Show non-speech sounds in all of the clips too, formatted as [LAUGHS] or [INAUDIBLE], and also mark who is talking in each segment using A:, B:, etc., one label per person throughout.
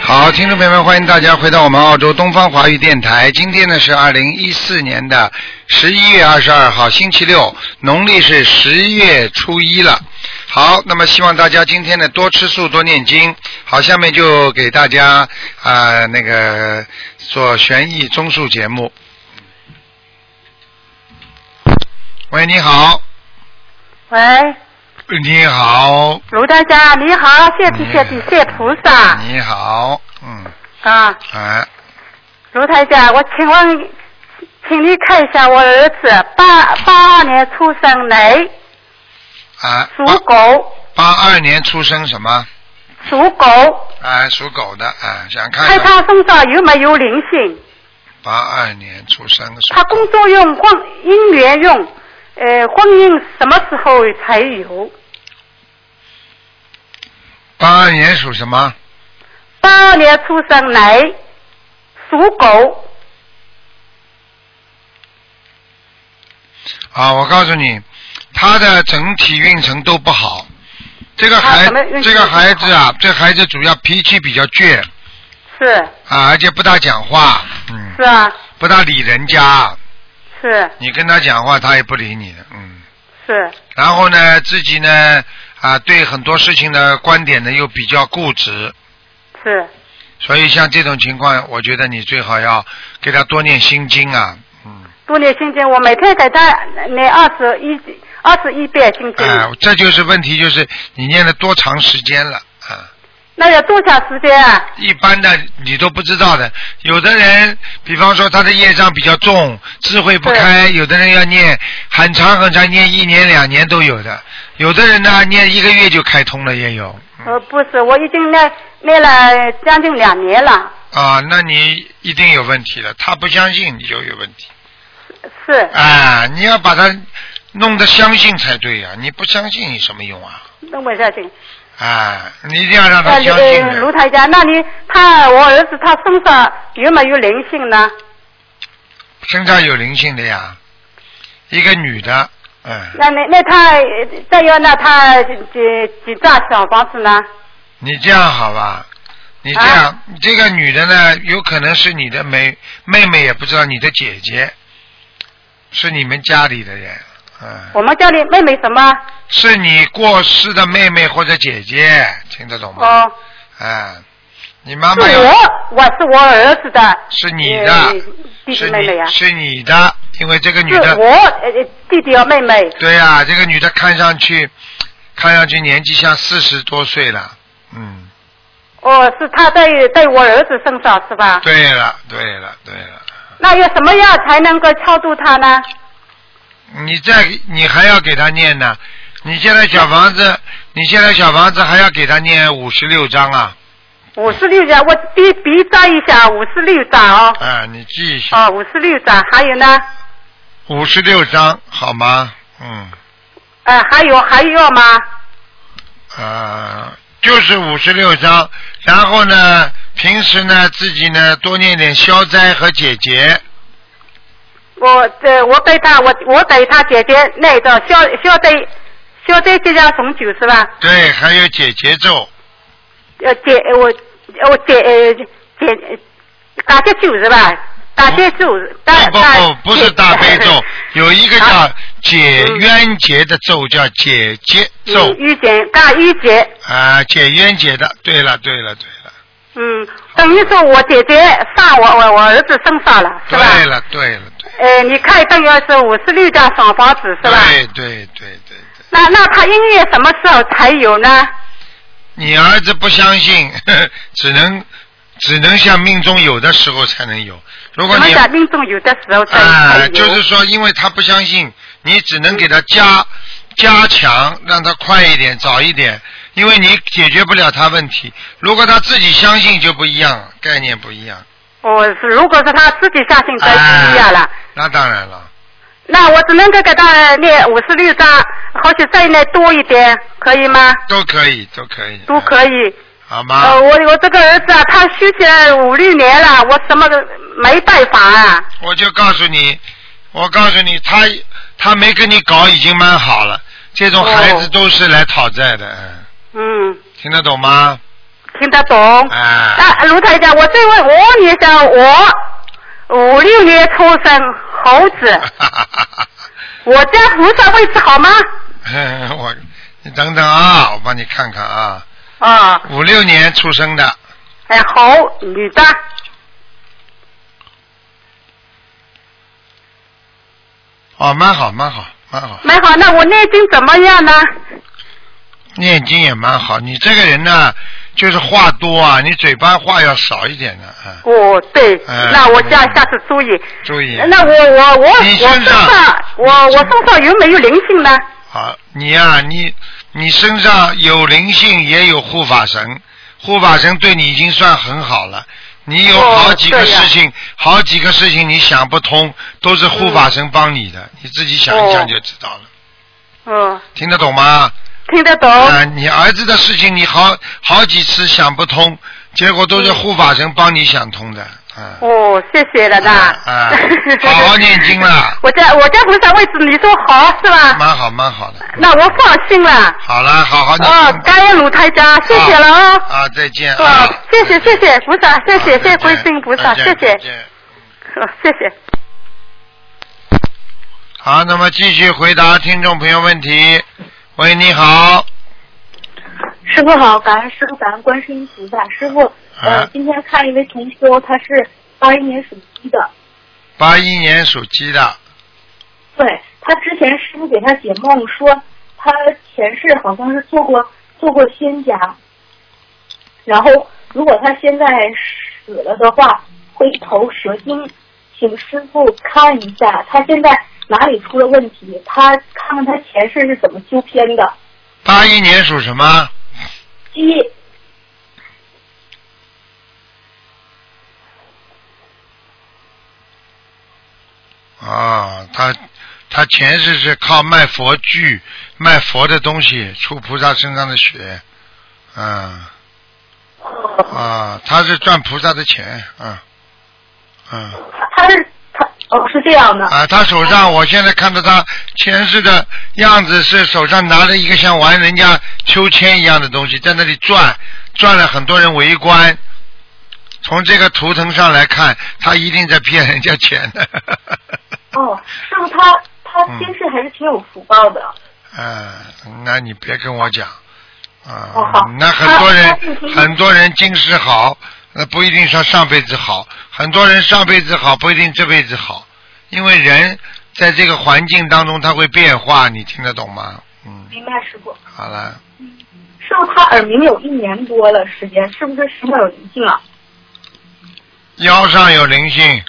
A: 好，听众朋友们，欢迎大家回到我们澳洲东方华语电台。今天呢是二零一四年的十一月二十二号，星期六，农历是十月初一了。好，那么希望大家今天呢多吃素，多念经。好，下面就给大家啊、呃那个做悬疑综述节目。喂，你好，
B: 喂，
A: 你好，
B: 卢大家你好，
A: 哎
B: 谢谢谢谢谢菩萨
A: 你好，嗯，
B: 啊，
A: 哎，
B: 卢台家，我请问，请你看一下我儿子八八二年出生雷，
A: 啊，
B: 属狗，
A: 八二年出生什么？
B: 属狗，
A: 啊，属狗的，啊，想看
B: 看哎他身上有没有灵性？
A: 八二年出生属
B: 他工作用婚姻缘用，呃，婚姻什么时候才有？
A: 八二年属什么？
B: 八二年出生雷，属狗，
A: 啊，我告诉你，他的整体运程都不好。这个
B: 他
A: 孩
B: 什么运程
A: 这个
B: 都不
A: 孩子
B: 好
A: 啊，这孩子主要脾气比较倔
B: 是
A: 啊，而且不大讲话，嗯
B: 是，啊，
A: 不大理人家。
B: 是
A: 你跟他讲话，他也不理你的，嗯。
B: 是
A: 然后呢，自己呢啊，对很多事情的观点呢又比较固执，
B: 是
A: 所以像这种情况，我觉得你最好要给他多念心经啊，嗯，
B: 多念心经，我每天给他呃念二十一二十一遍心经。
A: 哎、这就是问题，就是你念了多长时间了啊？
B: 那要多长时间啊？
A: 一般的你都不知道的。有的人，比方说他的业障比较重，智慧不开；有的人要念很长很长，念一年两年都有的。有的人呢，念一个月就开通了也有。
B: 呃，不是，我已经念念了将近两年了，
A: 啊，那你一定有问题了。他不相信，你就有问题。
B: 是。
A: 啊，你要把他弄得相信才对呀、你不相信有什么用啊？
B: 那我下去。
A: 啊，你一定要让他
B: 呃，
A: 相信
B: 呃，卢
A: 的。
B: 台家，那你他我儿子他身上有没有灵性呢？
A: 身上有灵性的呀，一个女的，嗯。
B: 那那那他呃再要那他几几几幢小房子呢？
A: 你这样好吧？你这样，
B: 啊
A: 这个女的呢，有可能是你的妹妹妹，也不知道你的姐姐，是你们家里的人，嗯，
B: 我们家里妹妹什么？
A: 是你过世的妹妹或者姐姐，听得懂吗？
B: 哦，
A: 哎、你妈
B: 是
A: 妈要
B: 我，我是我儿子的。
A: 是你
B: 呃
A: 的，
B: 弟
A: 是
B: 弟妹妹呀、
A: 你是你的，因为这个女
B: 是
A: 的，
B: 我呃呃弟弟和妹妹。
A: 对呀、这个女的看上去，看上去年纪像四十多岁了，嗯，
B: 哦，是他在在我儿子身上是吧？
A: 对了，对了，对了。
B: 那要什么样才能够超度他呢？
A: 你再你还要给他念呢，你现在小房子，你现在小房子还要给他念五十六章啊，
B: 五十六张，我比比照一下，五十六张哦，
A: 啊，你记一下，
B: 哦，五十六张，还有呢，
A: 五十六章好吗？嗯，
B: 呃，还有还要吗？
A: 啊，就是五十六章，然后呢，平时呢自己呢多念点消灾和解结，
B: 我这、我给他我我给他姐姐那个消消灾消灾吉祥红酒是吧？
A: 对，还有解结咒，
B: 呃解呃我呃我解呃解打解酒是吧？打解酒打
A: 不
B: 打
A: 不不，不是大悲咒，
B: [LAUGHS]
A: 有一个叫
B: 啊
A: 解
B: 嗯
A: 冤结的咒，叫解结咒
B: 嗯，遇见大遇见。
A: 啊，解冤结的。对了，对了，对了。
B: 嗯，等于说我姐姐上我我我儿子身上了，是吧？
A: 对了，对了，对，
B: 呃，你看等于是五十六张小房子是吧？
A: 对对对对对，
B: 那那他音乐什么时候才有呢？
A: 你儿子不相信， [LAUGHS] 呵呵只能只能像命中有的时候才能有。如果
B: 什么
A: 你
B: 叫命中有的哎时候才、
A: 啊、
B: 才有？
A: 就是说，因为他不相信，你只能给他加加强，让他快一点，早一点，因为你解决不了他问题。如果他自己相信就不一样了，概念不一样。
B: 我是如果是他自己相信才不一样了。
A: 啊那当然了，
B: 那我只能够给他念五十六张，或许再念多一点，可以吗？
A: 都可以，都可以，
B: 都
A: 以，
B: 可以。
A: 好吗？
B: 呃，我我这个儿子啊，他休学五六年了，我什么都没办法啊。
A: 我就告诉你，我告诉你，他他没跟你搞已经蛮好了。这种孩子
B: 哦
A: 都是来讨债的，嗯，
B: 嗯，
A: 听得懂吗？
B: 听得懂。
A: 啊
B: 那卢台长，我再问，我问一下，我五六年出生猴
A: [LAUGHS]
B: 子，我家菩萨位置好吗？
A: [LAUGHS] 我你等等啊，我帮你看看啊，
B: 啊，
A: 五六年出生的，
B: 哎，猴女的，
A: 哦，蛮好，蛮好，蛮好，
B: 蛮好。那我念经怎么样呢？
A: 念经也蛮好。你这个人呢，就是话多啊，你嘴巴话要少一点的啊，
B: 哦，对，
A: 哎
B: 那我下
A: 嗯
B: 下次注意。
A: 注意。
B: 那我我我我
A: 你
B: 身
A: 身上
B: 上我我身上有没有灵性呢？
A: 好，你呀、你你身上有灵性，也有护法神，护法神对你已经算很好了。你有
B: 哦
A: 好几个
B: 对呀
A: 事情，好几个事情你想不通，都是护法神帮你的，你自己想一想
B: 哦
A: 就知道了。
B: 嗯，
A: 听得懂吗？
B: 听得懂。
A: 啊、你儿子的事情你好好几次想不通，结果都是
B: 嗯
A: 护法神帮你想通的。啊、
B: 哦，谢谢了啦。 [LAUGHS]
A: 啊啊好好念经啦
B: 我家我家菩萨位置，你说好是吧？
A: 蛮好蛮好的。
B: 那我放心了。
A: 好了，好好念经
B: 哦，感恩卢台家，谢谢了哦。
A: 啊，再见啊
B: 哦，！谢谢谢谢菩萨，谢谢谢谢观世音菩萨，谢
A: 再见
B: 谢
A: 再，见
B: 哦谢谢。
A: 好，那么继续回答听众朋友问题。喂，你好，
C: 师傅好，感恩师傅，感恩观世音菩萨。师傅，
A: 啊
C: 呃，今天看一位同修，他是八一年属鸡的，
A: 八一年属鸡的，
C: 对他之前师傅给他解梦说，他前世好像是做过做过仙家，然后如果他现在死了的话，会一头蛇精，请师傅看一下他现在哪里出了问题，他看看他前世是怎么修偏的。
A: 八一年属什么？
C: 鸡，
A: 啊，他他前世是靠卖佛具、卖佛的东西出菩萨身上的血，啊啊，他是赚菩萨的钱，啊啊
C: 他他是他哦是这样的，
A: 啊，他手上我现在看到他前世的样子是手上拿着一个像玩人家秋千一样的东西，在那里转，转了很多人围观。从这个图腾上来看，他一定在骗人家钱的。
C: 哦，师傅他他今世还是挺有福报的。
A: 啊，那你别跟我讲啊、
C: 哦好啊
A: 那很多
C: 他他是
A: 人
C: 听
A: 很多人今世好，那不一定说上辈子好，很多人上辈子好不一定这辈子好，因为人在这个环境当中他会变化，你听得懂吗？嗯，
C: 明白，师傅。
A: 好了，
C: 师傅他耳鸣有一年多了时间，是不是身上有灵性啊？
A: 腰上有灵性，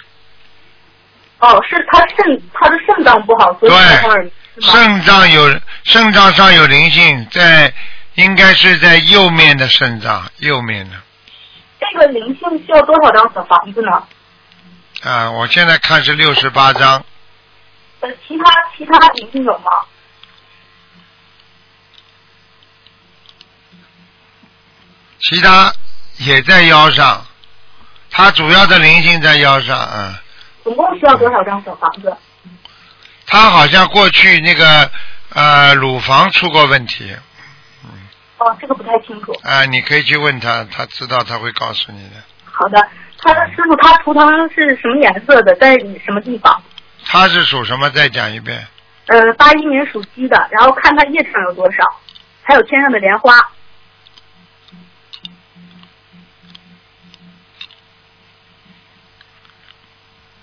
C: 哦，是他肾他的肾脏不好，所
A: 对
C: 以才上耳鸣是吗？
A: 肾脏有肾脏上有灵性，在应该是在右面的肾脏右面的
C: 这个灵性需要多少张小房子呢？
A: 啊，我现在看是六十八章。
C: 呃，其他其他灵性有吗？
A: 其他也在腰上，它主要的灵性在腰上啊。
C: 总共需要多少张小房子？
A: 它好像过去那个呃乳房出过问题
C: 哦，这个不太清楚。
A: 啊、你可以去问他，他知道他会告诉你的。
C: 好的，他的师傅他图腾是什么颜色的？在什么地方？
A: 他是属什么？再讲一遍。
C: 呃，八一年属鸡的，然后看他业障有多少，还有天上的莲花。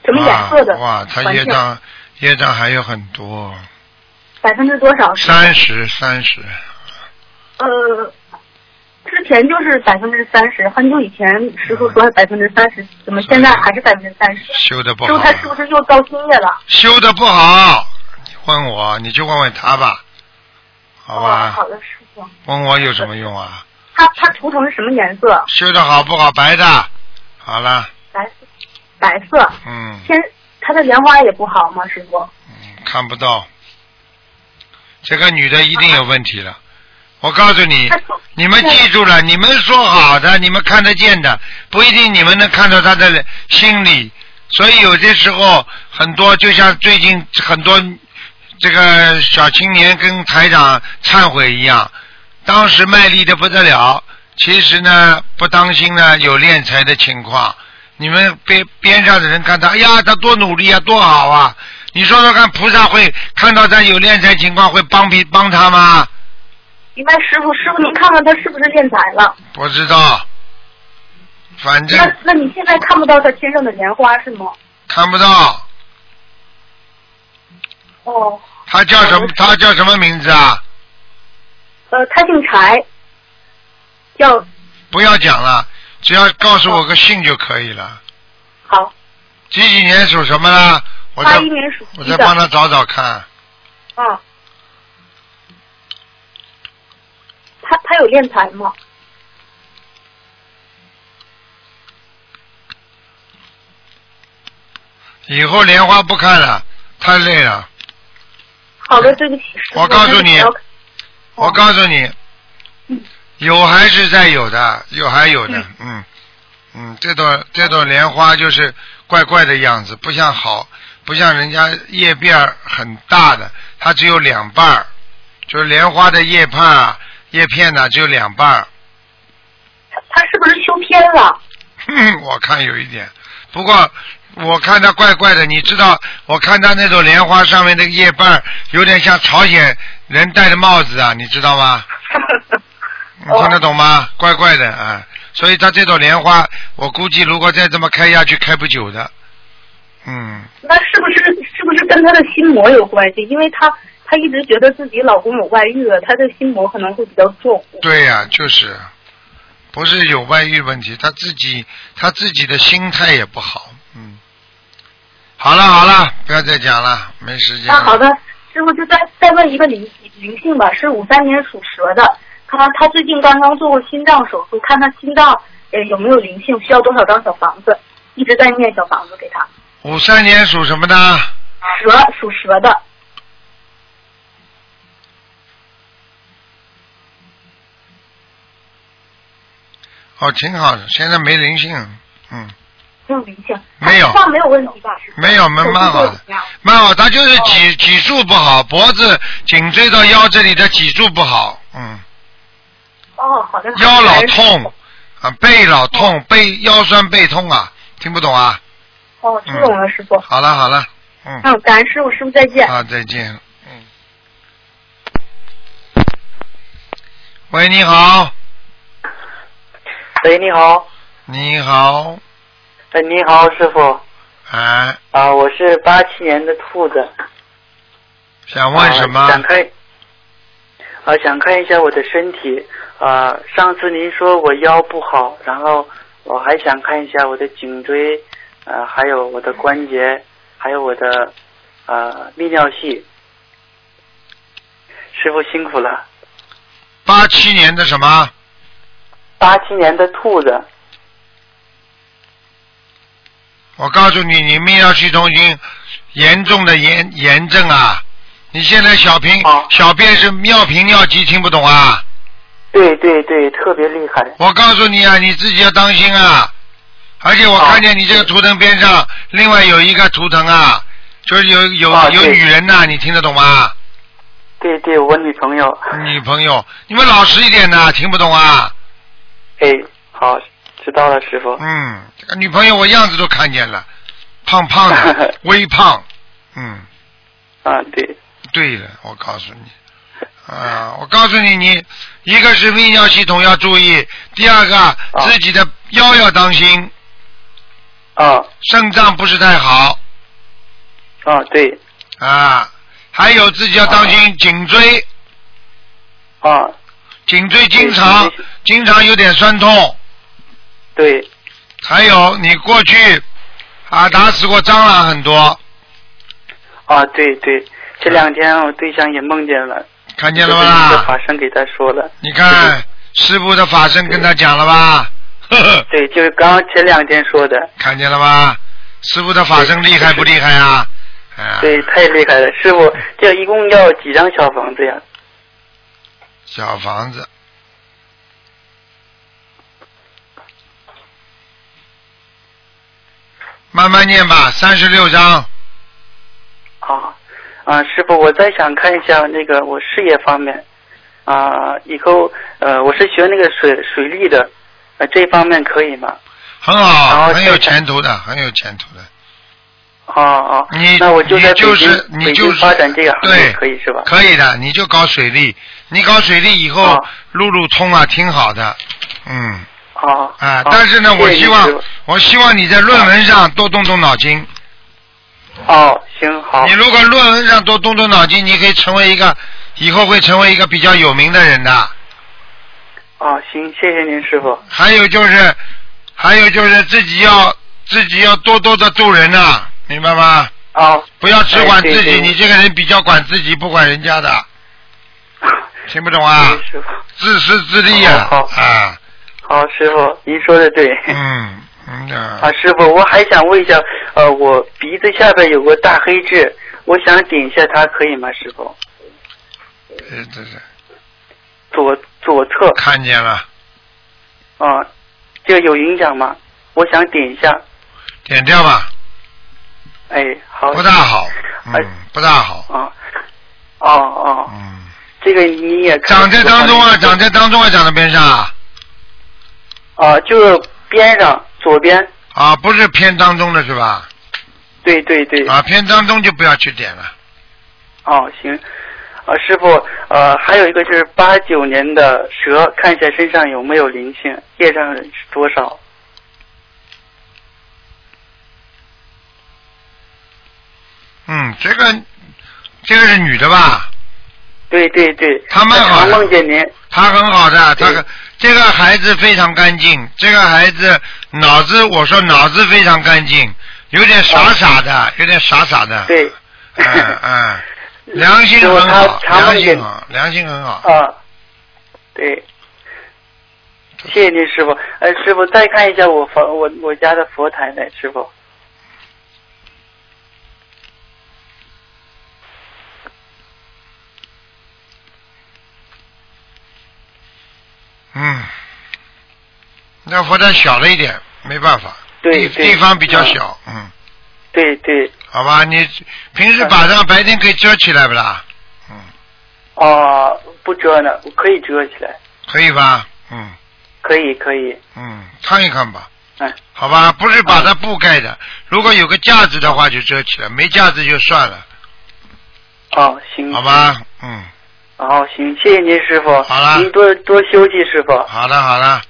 C: 什么颜色的？
A: 啊哇，哇他
C: 环
A: 业
C: 境哦
A: 障业障还有很多，
C: 百分之多少？
A: 三十三十。
C: 呃，之前就是百分之三十，很久以前师傅说百分之三十，怎么现在还是百分之三十？
A: 修的不
C: 师傅
A: 好，啊
C: 他是不是又造新业了？
A: 修的不好。你问我，你就问问他吧，好
C: 哦
A: 吧？
C: 好的，师傅。
A: 问我有什么用啊？
C: 他他图腾是什么颜色？
A: 修的好不好？白的，好了，
C: 白色，白色。
A: 嗯。
C: 天，他的莲花也不好吗，师傅？
A: 嗯，看不到。这个女的一定有问题了，我告诉你
C: 她说，
A: 你们记住了，你们说好的，你们看得见的，不一定你们能看到她的心理，所以有些时候很多，就像最近很多这个小青年跟台长忏悔一样，当时卖力的不得了，其实呢，不当心呢，有敛财的情况。你们边边上的人看他，哎呀，他多努力啊，多好啊！你说说看，菩萨会看到他有敛财情况，会帮比帮他吗？
C: 明白，师傅，师傅，您看看他是不是练财了？
A: 不知道，反正
C: 那那你现在看不到他天上的莲花是吗？
A: 看不到。
C: 哦，
A: 他叫什么？他叫什么名字啊？
C: 呃，他姓柴，叫
A: 不要讲了，只要告诉我个姓就可以了。
C: 好，
A: 几几年属什么啦？我
C: 八
A: 再
C: 一年属
A: 我
C: 鸡
A: 再
C: 的。
A: 帮他找找看，
C: 啊，他他有练财吗？
A: 以后莲花不看了，太累了。
C: 好的，对不起，师傅
A: 我告诉你
C: 那就不要
A: 哦我告诉你
C: 嗯，
A: 有还是在有的，有还有的，嗯，嗯，这朵这朵莲花就是怪怪的样子，不像好，不像人家叶片儿很大的，它只有两瓣儿，就是莲花的叶片啊，叶片呢、只有两瓣儿，
C: 他他是不是修偏了？嗯
A: 哼，我看有一点，不过我看它怪怪的，你知道，我看它那朵莲花上面那个叶瓣儿有点像朝鲜人戴的帽子啊，你知道
C: [LAUGHS]
A: 吗？你听
C: 哦
A: 得懂吗？怪怪的啊，所以它这朵莲花，我估计如果再这么开下去，开不久的。嗯，
C: 那是不是是不是跟他的心魔有关系？因为他他一直觉得自己老公有外遇了，他的心魔可能会比较重。
A: 对呀、就是，不是有外遇问题，他自己他自己的心态也不好。嗯，好了好了，不要再讲了，没时间
C: 那
A: 了。
C: 好的，师傅就再再问一个灵灵性吧，是五三年属蛇的，他他最近刚刚做过心脏手术，看他心脏呃有没有灵性，需要多少张小房子，一直在念小房子给他。
A: 五三年属什么的？
C: 蛇属蛇的，
A: 哦，挺好的，现在没灵性，嗯，
C: 没有灵性，
A: 没有
C: 心脏没有问题吧？师傅
A: 没有，蛮
C: 手术
A: 蛮好
C: 做得
A: 的
C: 怎么，样
A: 蛮好。他就是
D: 哦
A: 脊脊柱不好，脖子、颈椎到腰这里的脊柱不好，嗯，
C: 哦，好的。好的
A: 腰老痛。啊，背老
D: 哦
A: 痛，背腰酸背痛啊，听不懂啊？
C: 哦，听
A: 嗯
C: 懂了，师傅。
A: 好了好了，嗯，啊
C: 嗯，感恩师傅，师傅再见。
A: 好，再见，嗯。喂，你好，
D: 喂，你好，
A: 你好，
D: 哎，你好，师傅
A: 哎，
D: 啊，我是八七年的兔子。
A: 想问什么？
D: 啊想看，啊，想看一下我的身体。啊，上次您说我腰不好，然后我还想看一下我的颈椎，呃，还有我的关节，还有我的呃泌尿系。师傅辛苦了。
A: 八七年的什么？
D: 八七年的兔子，
A: 我告诉你，你泌尿系统已经严重的炎炎症啊！你现在小频
D: 哦
A: 小便是尿频尿急，听不懂啊？
D: 对对对，特别厉害。
A: 我告诉你啊，你自己要当心啊！而且我
D: 哦
A: 看见你这个图腾边上，另外有一个图腾啊，就是有有、
D: 哦
A: 有
D: 对
A: 女人呐、你听得懂吗？
D: 对对，我女朋友。
A: 女朋友，你们老实一点呐、听不懂啊？
D: 哎，好，知道了，师傅。
A: 嗯，这个女朋友我样子都看见了，胖胖的，微胖，嗯。
D: 啊，对。
A: 对了，我告诉你，啊，我告诉你，你一个是泌尿系统要注意，第二个自己的腰要当心，
D: 啊
A: 肾脏不是太好
D: 啊，对
A: 啊，还有自己要当心颈椎，
D: 啊，
A: 颈椎经常
D: 对颈椎
A: 经常有点酸痛，
D: 对
A: 还有你过去啊打死过蟑螂很多，
D: 啊，对对。这两天我对象也梦见了，
A: 看见了
D: 就是一个
A: 吧？
D: 法生给他说了，
A: 你看师傅的法身跟他讲了吧？ [LAUGHS] 呵呵，
D: 对，就是刚前两天说的，
A: 看见了吧？师傅的法身厉害不厉害啊？啊，
D: 对，太厉害了，师傅，这一共要几张小房子呀？
A: 小房子。慢慢念吧，三十六章。
D: 啊啊，师傅，我再想看一下那个我事业方面，啊、以后呃，我是学那个水水利的，呃，这方面可以吗？
A: 很
D: 然
A: 好，
D: 后
A: 很有
D: 现在
A: 前途的，很有前途的，
D: 哦哦，
A: 你
D: 那我就
A: 你
D: 在北
A: 就
D: 京
A: 是你
D: 北
A: 就
D: 京
A: 是
D: 发展这个行
A: 对
D: 业可以是吧？
A: 可以的，你就搞水利，你搞水利以后
D: 哦
A: 路路通啊，挺好的，嗯
D: 哦
A: 啊
D: 哦，
A: 但是呢，
D: 谢谢
A: 我
D: 你
A: 希望
D: 师傅
A: 我希望你在论文上多动动脑筋，
D: 哦，行好
A: 你，如果论文上多动动脑筋，你可以成为一个以后会成为一个比较有名的人的。
D: 哦行，谢谢您师傅。
A: 还有就是，还有就是自己要自己要多多的度人呐、明白吗？
D: 哦，
A: 不要只管
D: 哎对
A: 自己，
D: 对
A: 你这个人比较管自己，不管人家
D: [LAUGHS]
A: 的，听不懂啊
D: 谢谢？师傅。
A: 自私自利呀、
D: 好
A: 啊，
D: 好好，师傅，您说的对。
A: 嗯嗯
D: 啊，
A: 的，
D: 师傅，我还想问一下，呃，我鼻子下边有个大黑痣，我想顶一下它，可以吗，师傅？
A: 这这是
D: 左左侧
A: 看见了，
D: 啊、这有影响吗？我想顶一下，
A: 点掉吧，
D: 哎，好。
A: 不大好，
D: 哎
A: 嗯，不大好，
D: 啊，哦哦，
A: 嗯，
D: 这个你也看
A: 长在当中啊，长
D: 在
A: 在当中啊，长在边上啊，
D: 啊，就是边上左边，
A: 啊，不是偏当中的是吧？
D: 对对对，
A: 啊，偏当中就不要去点了，
D: 哦行，啊师傅，呃还有一个就是八九年的蛇，看一下身上有没有灵性，业障是多少？
A: 嗯，这个这个是女的吧？
D: 对对对，
A: 他蛮好
D: 常
A: 的
D: 梦见您，
A: 她很好的，她
D: 对
A: 很这个孩子非常干净，这个孩子脑子，我说脑子非常干净，有点傻傻的，有点傻傻的。
D: 哦对，
A: 嗯
D: [LAUGHS]
A: 嗯，良心
D: 师傅
A: 很
D: 他
A: 好，
D: 常
A: 良
D: 梦见
A: 心好，良心很好。
D: 啊，对。谢谢您，师傅。哎，师傅，再看一下我佛我我家的佛台来，师傅。
A: 嗯，那佛台小了一点，没办法，
D: 对
A: 地
D: 对
A: 地方比较
D: 啊
A: 小，嗯，
D: 对对，
A: 好吧，你平
D: 嗯
A: 时把它白天可以遮起来不啦？嗯，
D: 哦，不遮呢，我可以遮起来，
A: 可以吧？嗯
D: 可以可以，
A: 嗯，看一看吧。
D: 哎，嗯
A: 好吧，不是把它布盖的。如果有个架子的话，就遮起来；没架子就算了，
D: 哦行，
A: 好吧？嗯，
D: 哦行，谢谢您师傅，
A: 好啦
D: 您多多休息师傅，
A: 好了好了，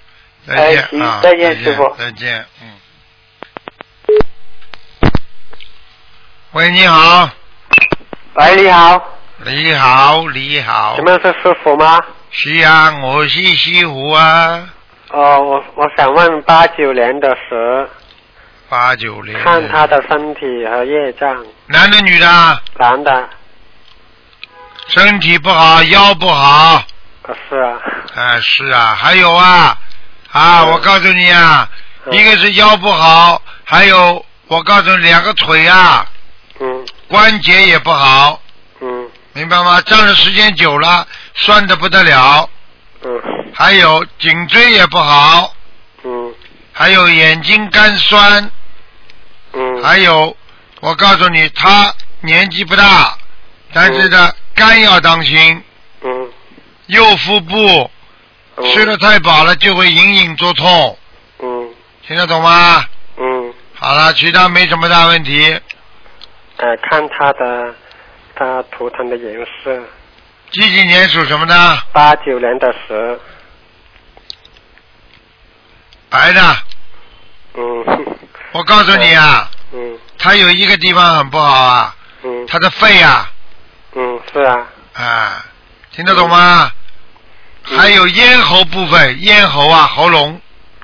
A: 再
D: 哎
A: 见、
D: 行
A: 啊！
D: 再见师傅
A: 再见，嗯。喂，你好，
E: 喂，你好，
A: 你好，你好
E: 请，问是师傅吗？
A: 是啊，我是西湖啊，
E: 哦，我我想问八九年的蛇，
A: 八九零，
E: 看他的身体和业障，
A: 男的女的啊，
E: 男的，
A: 身体不好，腰不好，
E: 可是啊，
A: 啊，是啊，还有啊，啊，
E: 嗯
A: 我告诉你啊，
E: 嗯
A: 一个是腰不好，还有我告诉你两个腿啊，
E: 嗯
A: 关节也不好，
E: 嗯
A: 明白吗？站的时间久了，酸的不得了，
E: 嗯
A: 还有颈椎也不好，
E: 嗯
A: 还有眼睛干酸，
E: 嗯，
A: 还有我告诉你，他年纪不大，但是呢，肝要当心，
E: 嗯
A: 右腹部
E: 嗯
A: 吃的太饱了就会隐隐作痛，
E: 嗯
A: 听得懂吗？
E: 嗯，
A: 好了，其他没什么大问题。
E: 呃，看他的他图腾的颜色，
A: 几几年属什么的？
E: 八九年的蛇，
A: 白的。
E: 嗯
A: [LAUGHS] 我告诉你啊，
E: 嗯
A: 他有一个地方很不好啊，
E: 嗯
A: 他的肺啊，
E: 嗯是啊，
A: 啊，听得懂吗？
E: 嗯
A: 还有咽喉部分，咽喉啊，喉咙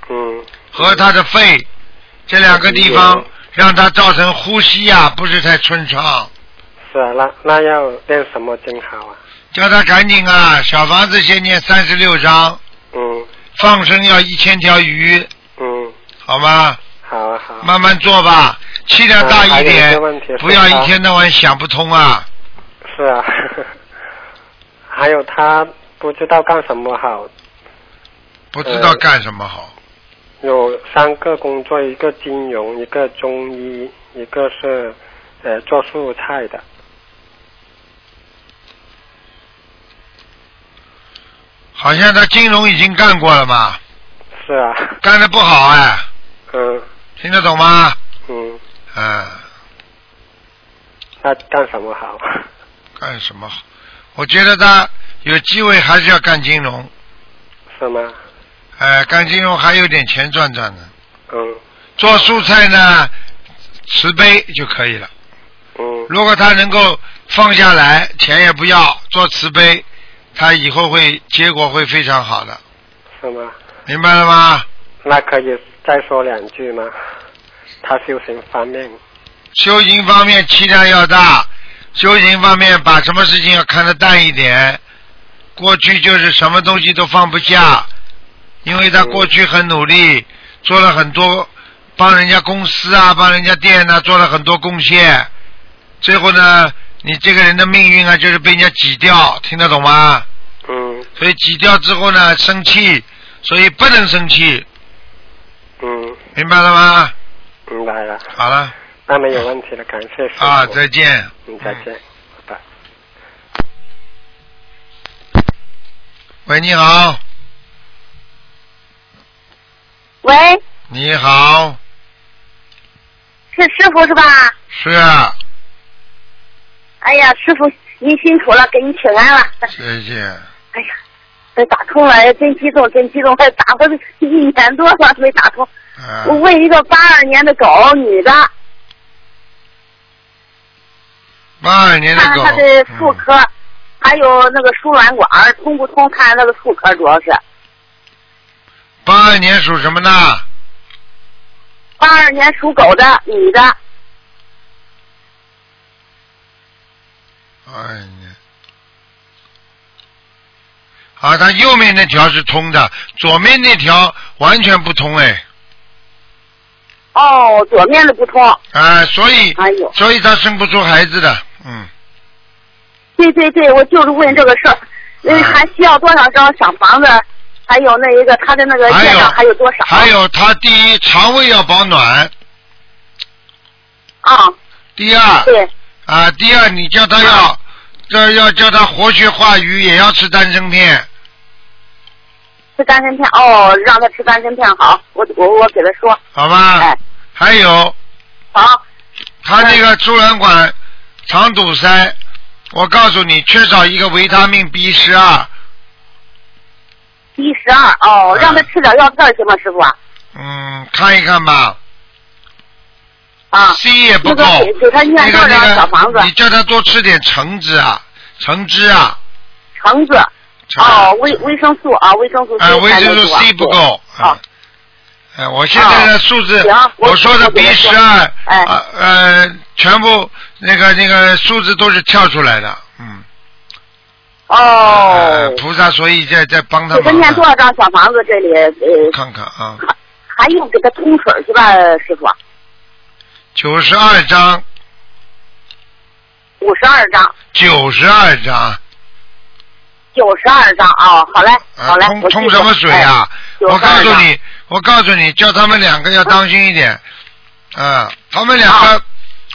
E: 嗯
A: 和他的肺这两个地方
E: 嗯，
A: 让他造成呼吸啊不是太顺畅。
E: 是啊，那那要练什么经好啊？
A: 叫他赶紧啊，小房子先念三十六章，
E: 嗯
A: 放生要一千条鱼，
E: 嗯，
A: 好吗？
E: 好啊好啊。
A: 慢慢做吧，气量大一
E: 嗯还有一
A: 点
E: 个问题，是
A: 不要一天到晚想不通啊。
E: 是啊， [LAUGHS] 还有他不知道干什么好，
A: 不知道干什么
E: 嗯
A: 好。
E: 有三个工作，一个金融，一个中医，一个是呃做素菜的。
A: 好像他金融已经干过了嘛，
E: 是啊， [LAUGHS]
A: 干的不好哎，
E: 嗯
A: 听得懂吗？
E: 嗯，
A: 嗯，
E: 那干什么好？
A: 干什么好？我觉得他有机会还是要干金融，
E: 是吗？
A: 哎，干金融还有点钱赚赚的。
E: 嗯
A: 做蔬菜呢，慈悲就可以了。
E: 嗯
A: 如果他能够放下来，钱也不要，做慈悲，他以后会结果会非常好的，
E: 是吗？
A: 明白了吗？
E: 那可以再说两句吗？他修行方面，
A: 修行方面气量要大，修行方面把什么事情要看得淡一点。过去就是什么东西都放不下，因为他过去很努力，做了很多帮人家公司啊、帮人家店呐、做了很多贡献。最后呢，你这个人的命运啊，就是被人家挤掉，听得懂吗？
E: 嗯
A: 所以挤掉之后呢，生气，所以不能生气，
E: 嗯，
A: 明白了吗？
E: 明白了，
A: 好了
E: 那没有问题了，感谢师傅。
A: 啊，再见。
E: 嗯，再见，拜拜。
A: 喂，你好，
F: 喂，
A: 你好，
F: 是师傅是吧？
A: 是啊。
F: 哎呀，师傅您辛苦了，给您请安了。
A: 谢谢。
F: 哎呀，这打通了，哎真激动，真激动！还打过一年多了没打通。
A: 啊、
F: 我问一个八二年的狗女的，
A: 八二年的
F: 看看
A: 狗。
F: 她的妇
A: 嗯
F: 科，还有那个输卵管儿通不通，看看她的妇科主要是。
A: 八二年属什么呢？
F: 八二年属狗的女的，
A: 八二年。啊，它右面那条是通的，左面那条完全不通哎，
F: 哦，左面的不通。
A: 啊，所以
F: 哎呦，
A: 所以它生不出孩子的，嗯，
F: 对对对，我就是问这个事儿，那
A: 嗯
F: 还需要多少张小房子？还有那一个她的那个
A: 还
F: 业
A: 有
F: 障还有多少？
A: 还有它第一肠胃要保暖，
F: 啊，
A: 第二
F: 对，
A: 啊，第二你叫它要，这要叫它活血化瘀，也要吃丹参片，
F: 吃丹参片哦，让她吃丹参片好，我我我给她说，
A: 好吧？
F: 哎，
A: 还有
F: 好，
A: 他那个输卵管肠堵塞，我告诉你，缺少一个维他命 B 十二，
F: 一十二哦，
A: 嗯
F: 让她吃点药片儿行吗，师傅啊？
A: 嗯，看一看吧。
F: 啊，
A: C 也不够
F: 那个给给他，念
A: 那个
F: 多少小
A: 那
F: 房
A: 个，
F: 子
A: 你叫他多吃点橙子啊，橙汁啊，
F: 橙子
A: 橙
F: 哦，维维生素啊，维生素 C
A: 哎，维
F: 还没
A: 生素
F: 做啊
A: C 不
F: 对
A: 够。
F: 好
A: 嗯。哎，我现在的数字
F: 行，我
A: 说的
F: 我
A: B
F: 给他
A: 十
F: 说
A: 二，
F: 哎
A: 啊呃，全部那个那个数字都是跳出来的，嗯。呃
F: 哦，
A: 菩萨所以在在帮他
F: 给他
A: 忙啊
F: 念多
A: 呢。
F: 少张小房子？这里
A: 我
F: 呃，
A: 看看啊，
F: 还还用给他通水儿是吧，师傅？
A: 九十二章，
F: 五十二张，
A: 九十二啊章。
F: 九十二张啊、好嘞，好
A: 啊，
F: 嘞，
A: 通
F: 我
A: 通
F: 记住
A: 什么水啊？
F: 哎
A: 我告诉
F: 92
A: 你，我告诉你，叫他们两个要当心一点。啊，他们两个，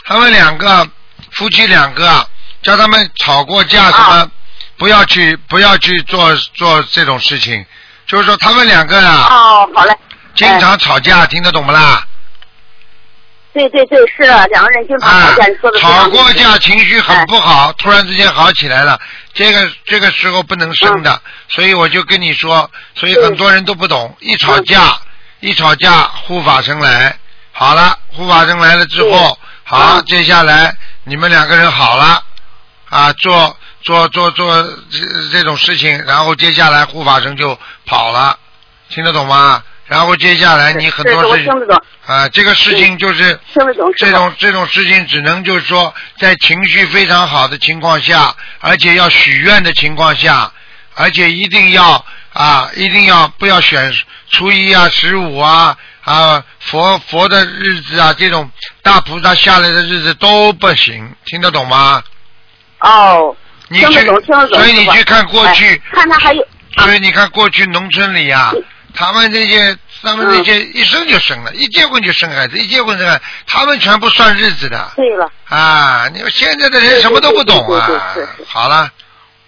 A: 他们两个夫妻两个啊，叫他们吵过架什么，不要去不要去做做这种事情。就是说他们两个
F: 哎
A: 啊，
F: 哦，好嘞，
A: 经常吵架，听得懂不啦？
F: 哎对对对，是的，两个人经常
A: 啊
F: 吵架，你说，的
A: 吵过架，情绪
F: 哎
A: 很不好，突然之间好起来了，这个这个时候不能生的，
F: 嗯
A: 所以我就跟你说，所以很多人都不懂，一吵
F: 嗯
A: 架，一吵架护法神来，好了，护法神来了之后，好，
F: 嗯
A: 接下来你们两个人好了，啊，做做做做这这种事情，然后接下来护法神就跑了，听得懂吗？然后接下来你很
F: 是是
A: 多
F: 我
A: 事情
F: 听得懂，
A: 啊，这个事情就是。
F: 听得懂，
A: 这
F: 师傅
A: 种这种事情只能就是说，在情绪非常好的情况下，而且要许愿的情况下，而且一定要啊，一定要不要选初一啊、十五啊啊佛佛的日子啊，这种大菩萨下来的日子都不行，听得懂吗？
F: 哦，
A: 你
F: 听得
A: 去，
F: 懂听得懂
A: 所以你
F: 师傅
A: 去看过去，
F: 哎看他还有嗯
A: 所以你看过去农村里啊，他们那些他们那些一生就生了，一结婚就生孩子，一结婚生孩子，他们全部算日子的。
F: 对了，
A: 啊，你说现在的人什么都不懂啊
F: 对对对对对是！
A: 好了，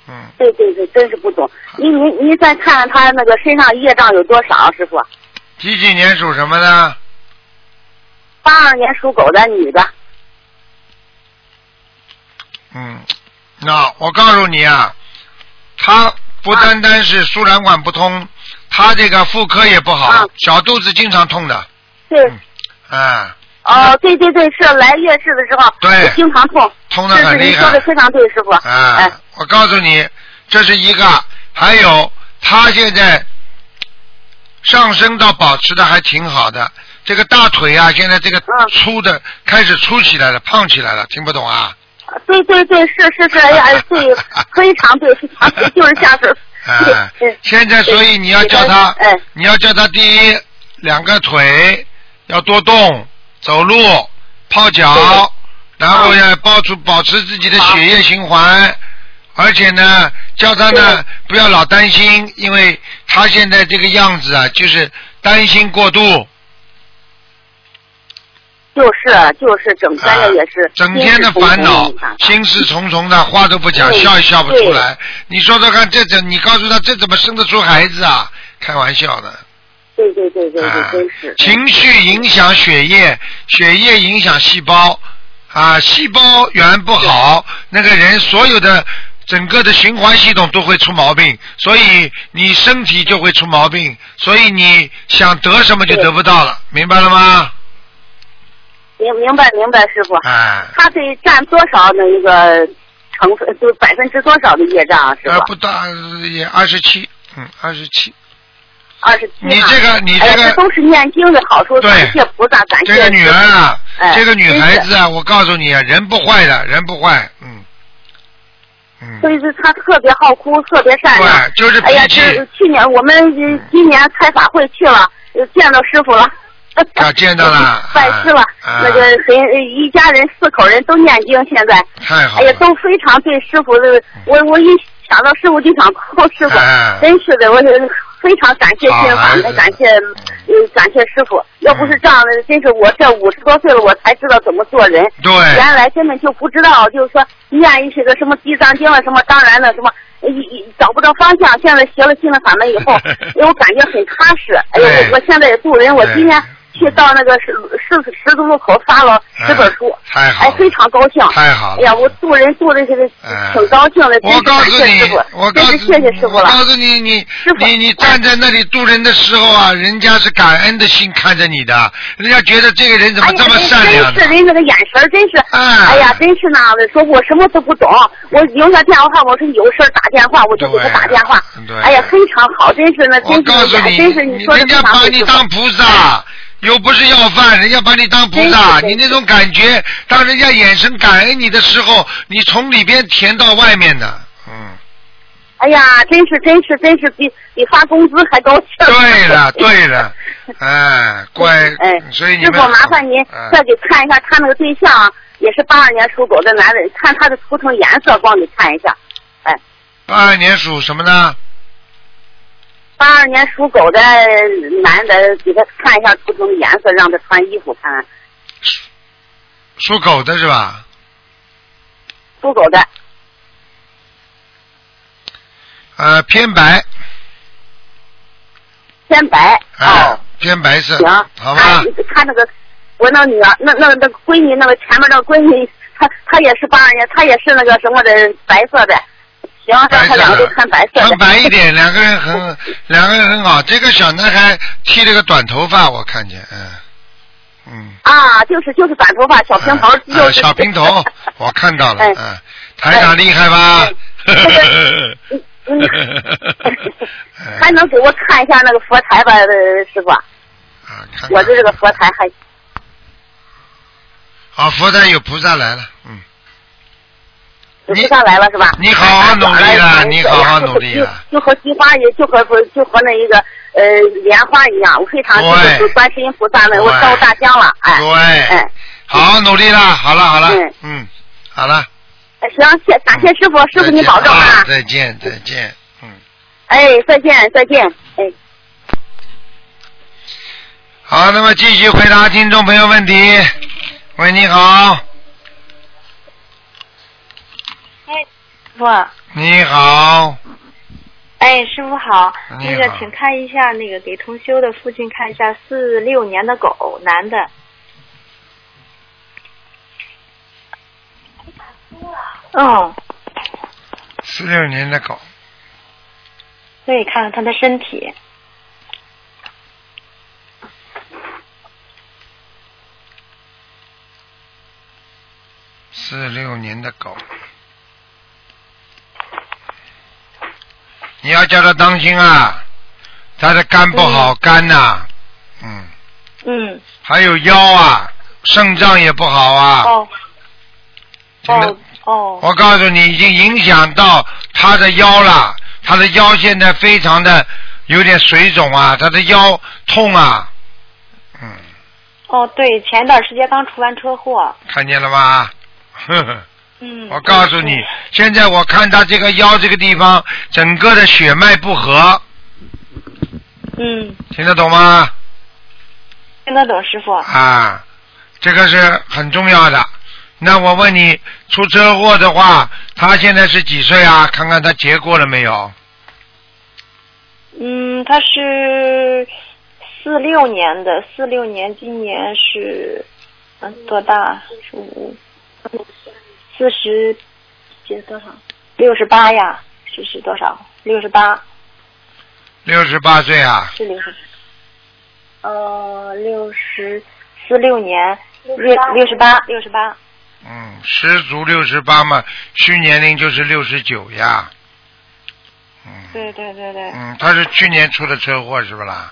A: 嗯，
F: 对对对，真是不懂。您您您再看看他那个身上业障有多少，师傅？
A: 几几年属什么的？
F: 八二年属狗的女的，
A: 嗯，那我告诉你啊，他不单单是输卵管不通，他这个妇科也不
F: 啊
A: 好，小肚子经常痛的，
F: 对，
A: 啊，
F: 哦，对对对，是来月事的时候，
A: 对
F: 经常痛，
A: 痛的
F: 是是，
A: 很
F: 您
A: 厉
F: 说的
A: 害，
F: 非常对，
A: [LAUGHS]
F: 师傅，哎
A: 啊，我告诉你，这是一个，还有他现在上升到保持的还挺好的，这个大腿啊，现在这个
F: 嗯
A: 粗的开始粗起来了，胖起来了，听不懂啊？
F: 对对对，是是是，哎呀，
A: [LAUGHS]
F: 对，非常对，非常对，就是下手。
A: 啊
F: 对对，
A: 现在所以你要叫他
F: 哎，
A: 你要叫他第一两个腿要多动，走路、泡脚，然后要保持保持自己的血液循环，而且呢，叫他呢不要老担心，因为他现在这个样子啊，就是担心过度，
F: 就是就是，整
A: 啊
F: 天的也是，
A: 整天的烦恼
F: 心事重重啊，
A: 心事重重的，话都不讲，
F: 对
A: 笑也笑不出
F: 对
A: 来。你说说看，这怎你告诉他这怎么生得出孩子啊？开玩笑的。
F: 对对对对
A: 啊
F: 对，真是。
A: 情绪影响血液，血液影响细胞，啊，细胞源不好，那个人所有的整个的循环系统都会出毛病，所以你身体就会出毛病，所以你想得什么就得不到了，明白了吗？
F: 明明白明白，师傅，
A: 哎，
F: 他得占多少那一个成分，就百分之多少的业障啊，师
A: 呃，
F: 傅？
A: 不
F: [LAUGHS]
A: 大也二十七，嗯，二十七，
F: 二十七。
A: 你这个你
F: 哎呀
A: 这个
F: 都是念经的好处，
A: 对
F: 感谢菩萨，感谢
A: 这个女人啊，
F: 哎
A: 这个女孩
F: 真是
A: 子啊，我告诉你啊，人不坏的，人不坏，嗯，嗯，
F: 所以说他特别好哭，特别善良。
A: 对，就是
F: 哎呀，
A: 脾气。
F: 这去年我们呃今年开法会去了，呃见到师傅了。
A: 啊见到了
F: 拜师了。
A: 啊
F: 那个很呃一家人四口人都念经，现在
A: 太好
F: 哎
A: 了。嗯
F: 呀都非常对师傅的，我我一想到师傅就想哭，师傅、
A: 哎
F: 真是的，我是非常感谢
A: 好啊
F: 心法
A: 孩子，
F: 感谢呃感谢师傅，要不是这样的，真是我这五十多岁了，我才知道怎么做人。
A: 对，，
F: 原来根本就不知道，就是说念一些个什么地藏经啊了，什么当然了，什么呃一一找不着方向。现在学了心灵法门以后
A: [LAUGHS]
F: 因为我感觉很踏实。哎呦，
A: 对
F: 我我现在也渡人，我
A: 对
F: 今天去到那个十十十字路口发了十本书，
A: 太好
F: 哎
A: 了，，
F: 非常高兴。
A: 太好了。
F: 哎呀，我渡人渡的这个
A: 哎
F: 挺高兴的，真
A: 我
F: 是
A: 告
F: 感
A: 诉
F: 谢
A: 你
F: 师傅，，
A: 我告
F: 真
A: 诉
F: 是谢谢师傅
A: 我
F: 了。
A: 告诉你，你
F: 师傅
A: 你你站在那里渡人的时候啊，人家是感恩的心看着你的，人家觉得这个人怎么这么善良
F: 哎呀、真
A: 呢？
F: 是人那个眼神儿真是，
A: 哎
F: 哎呀，真是那样的。说我什么都不懂，我留下电话，我说有事儿打电话，我就给他打电话
A: 对对。
F: 哎呀，非常好，真是那，真
A: 我
F: 是
A: 告诉
F: 哎
A: 你，
F: 真是你说的
A: 人
F: 非
A: 家
F: 常
A: 把
F: 对
A: 你
F: 师傅
A: 当菩萨。又不是要饭，人家把你当菩萨，
F: 真是真
A: 你
F: 是
A: 那种感觉，当人家眼神感恩你的时候，你从里边甜到外面的，嗯。
F: 哎呀，真是真是真是比比发工资还高兴。
A: 对
F: [LAUGHS]
A: 了，对了，哎，乖，
F: 哎，
A: 所以你
F: 师
A: 们
F: 傅麻烦您
A: 嗯
F: 再给看一下他那个对象啊，也是八二年属狗的男人，看他的图腾颜色，帮你看一下。哎，
A: 八二年属什么呢？
F: 八二年属狗的男的，给他看一下图腾颜色，让他穿衣服看看。
A: 属狗的是吧？
F: 属狗的，
A: 呃，偏白，
F: 偏白。
A: 哎，
F: 哦，
A: 偏白色，
F: 行，
A: 好吧？
F: 哎你看那个，我那女儿，那那那个闺女，那个前面那个闺女，她她也是八二年，她也是那个什么的白色的。行，让
A: 白
F: 她
A: 色
F: 两个
A: 的
F: 都穿白色的。
A: 穿白一点，两个人很，两个人很好。这个小男孩剃了个短头发，我看见，嗯，嗯，
F: 啊，就是就是短头发，小平头
A: 哎，
F: 就
A: 哎
F: 是
A: 小平
F: [LAUGHS]
A: 头，我看到了，
F: 哎
A: 嗯，台长厉害吧
F: 哎？嗯嗯
A: [LAUGHS]
F: 还能给我看一下那个佛台吧，呃师傅？
A: 啊，看看
F: 我的这个佛台还
A: 啊，佛台有菩萨来了，嗯。
F: 不
A: 你
F: 上来了是吧？
A: 你好好努力了你好好努力了
F: 就和菊花也就和就和那一个呃莲花一样，我非常
A: 对
F: 就是观世音菩萨呢，我
A: 对
F: 烧大香了，哎，
A: 对
F: 哎，
A: 好，努力啦，好了好了
F: 嗯，
A: 嗯，好了，
F: 哎行，谢感谢师傅，师傅
A: 再
F: 你
A: 见
F: 保重
A: 啊
F: 啊！
A: 再见再见，嗯，
F: 哎，再见再见，哎。
A: 好，那么继续回答听众朋友问题。喂，你好，
G: 哎，师傅，
A: 你好，
G: 哎，师傅好，
A: 你
G: 那个
A: 好
G: 请看一下那个给同修的父亲看一下四六年的狗男的，嗯，
A: 四六年的狗，
G: 对，看看他的身体，
A: 四六年的狗，你要叫他当心啊，他的肝不好，肝呐、嗯，
G: 嗯，
A: 还有腰啊，肾脏也不好啊，
G: 哦
A: 真的
G: 哦哦，
A: 我告诉你，已经影响到他的腰了，他的腰现在非常的有点水肿啊，他的腰痛啊，嗯，
G: 哦，对，前一段时间刚出完车祸，
A: 看见了 [LAUGHS] 吧？呵呵，[LAUGHS]
G: 嗯，
A: 我告诉你
G: 嗯，
A: 现在我看他这个腰这个地方，整个的血脉不和，
G: 嗯，
A: 听得懂吗？
G: 听得懂师傅，
A: 啊，这个是很重要的。那我问你，出车祸的话，他现在是几岁啊？看看他结过了没有？
G: 嗯，他是四六年的，四六年今年是嗯多大？是五四十减多少？六十八呀，是是多少？六十八
A: 六十八岁啊？
G: 是六十，呃，六十四六年六六十八六十八，
A: 嗯，十足六十八嘛，虚年龄就是六十九呀。嗯
G: 对对对对，
A: 嗯，他是去年出的车祸是不啦？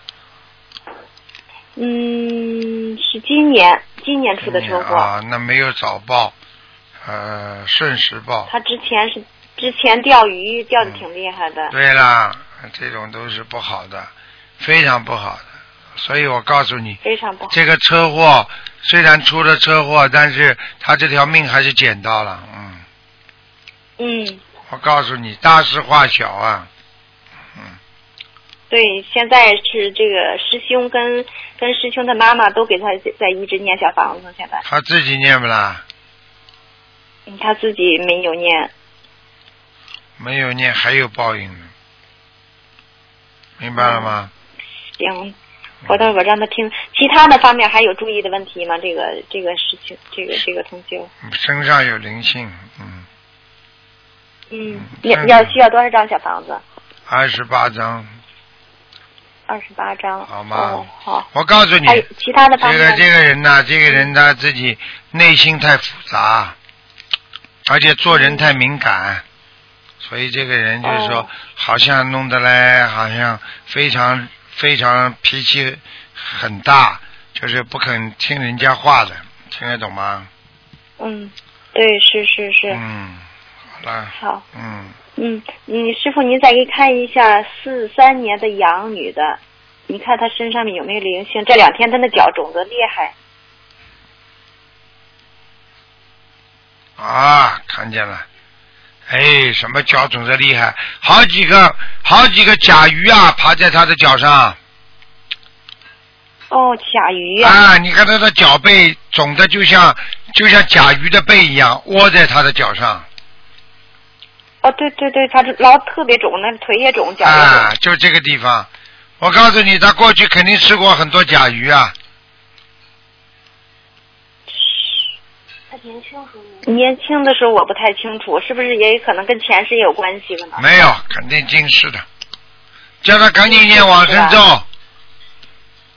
G: 嗯，是今年今年出的车祸，
A: 啊，那没有早报，呃，顺时报。
G: 他之前是之前钓鱼钓的挺厉害的，
A: 对啦，这种都是不好的，非常不好的。所以我告诉你，
G: 非常不好。
A: 这个车祸虽然出了车祸，但是他这条命还是捡到了。嗯，
G: 嗯，
A: 我告诉你，大事化小啊。嗯，
G: 对，现在是这个师兄跟跟师兄的妈妈都给他在一直念小房子，现在
A: 他自己念不啦？
G: 嗯他自己没有念。
A: 没有念还有报应呢，明白了吗？
G: 行，我待会儿让他听。其他的方面还有注意的问题吗？这个这个事情，这个这个同修，
A: 身上有灵性，嗯，
G: 嗯，
A: 嗯
G: 要要需要多少张小房子？
A: 二十八章，
G: 二十八张。
A: 好吗
G: 哦，好。
A: 我告诉你，
G: 还有其他的方嗯
A: 这个
G: 面呢？
A: 这个人呐、这个人他自己内心太复杂，而且做人太敏感，所以这个人就是说，
G: 嗯哦
A: 好像弄得来，好像非常非常脾气很大，就是不肯听人家话的，听得懂吗？
G: 嗯，对，是是是。
A: 嗯，好了，
G: 好，
A: 嗯，
G: 嗯，你师傅您再给看一下四三年的羊女的，你看她身上面有没有灵性？这两天她的脚肿得厉害。
A: 啊，看见了。哎，什么脚肿的厉害？好几个，好几个甲鱼啊，爬在他的脚上。
G: 哦，甲鱼呀、
A: 啊，你看他的脚背肿的就像就像甲鱼的背一样，窝在他的脚上。
G: 哦，对对对，她这老特别肿，那腿也肿，脚也肿。
A: 啊，就这个地方。我告诉你，他过去肯定吃过很多甲鱼啊。
G: 年轻的时候我不太清楚，是不是也有可能跟前世也有关系了呢？
A: 没有，肯定近视的。叫他赶紧念往生
G: 是
A: 咒，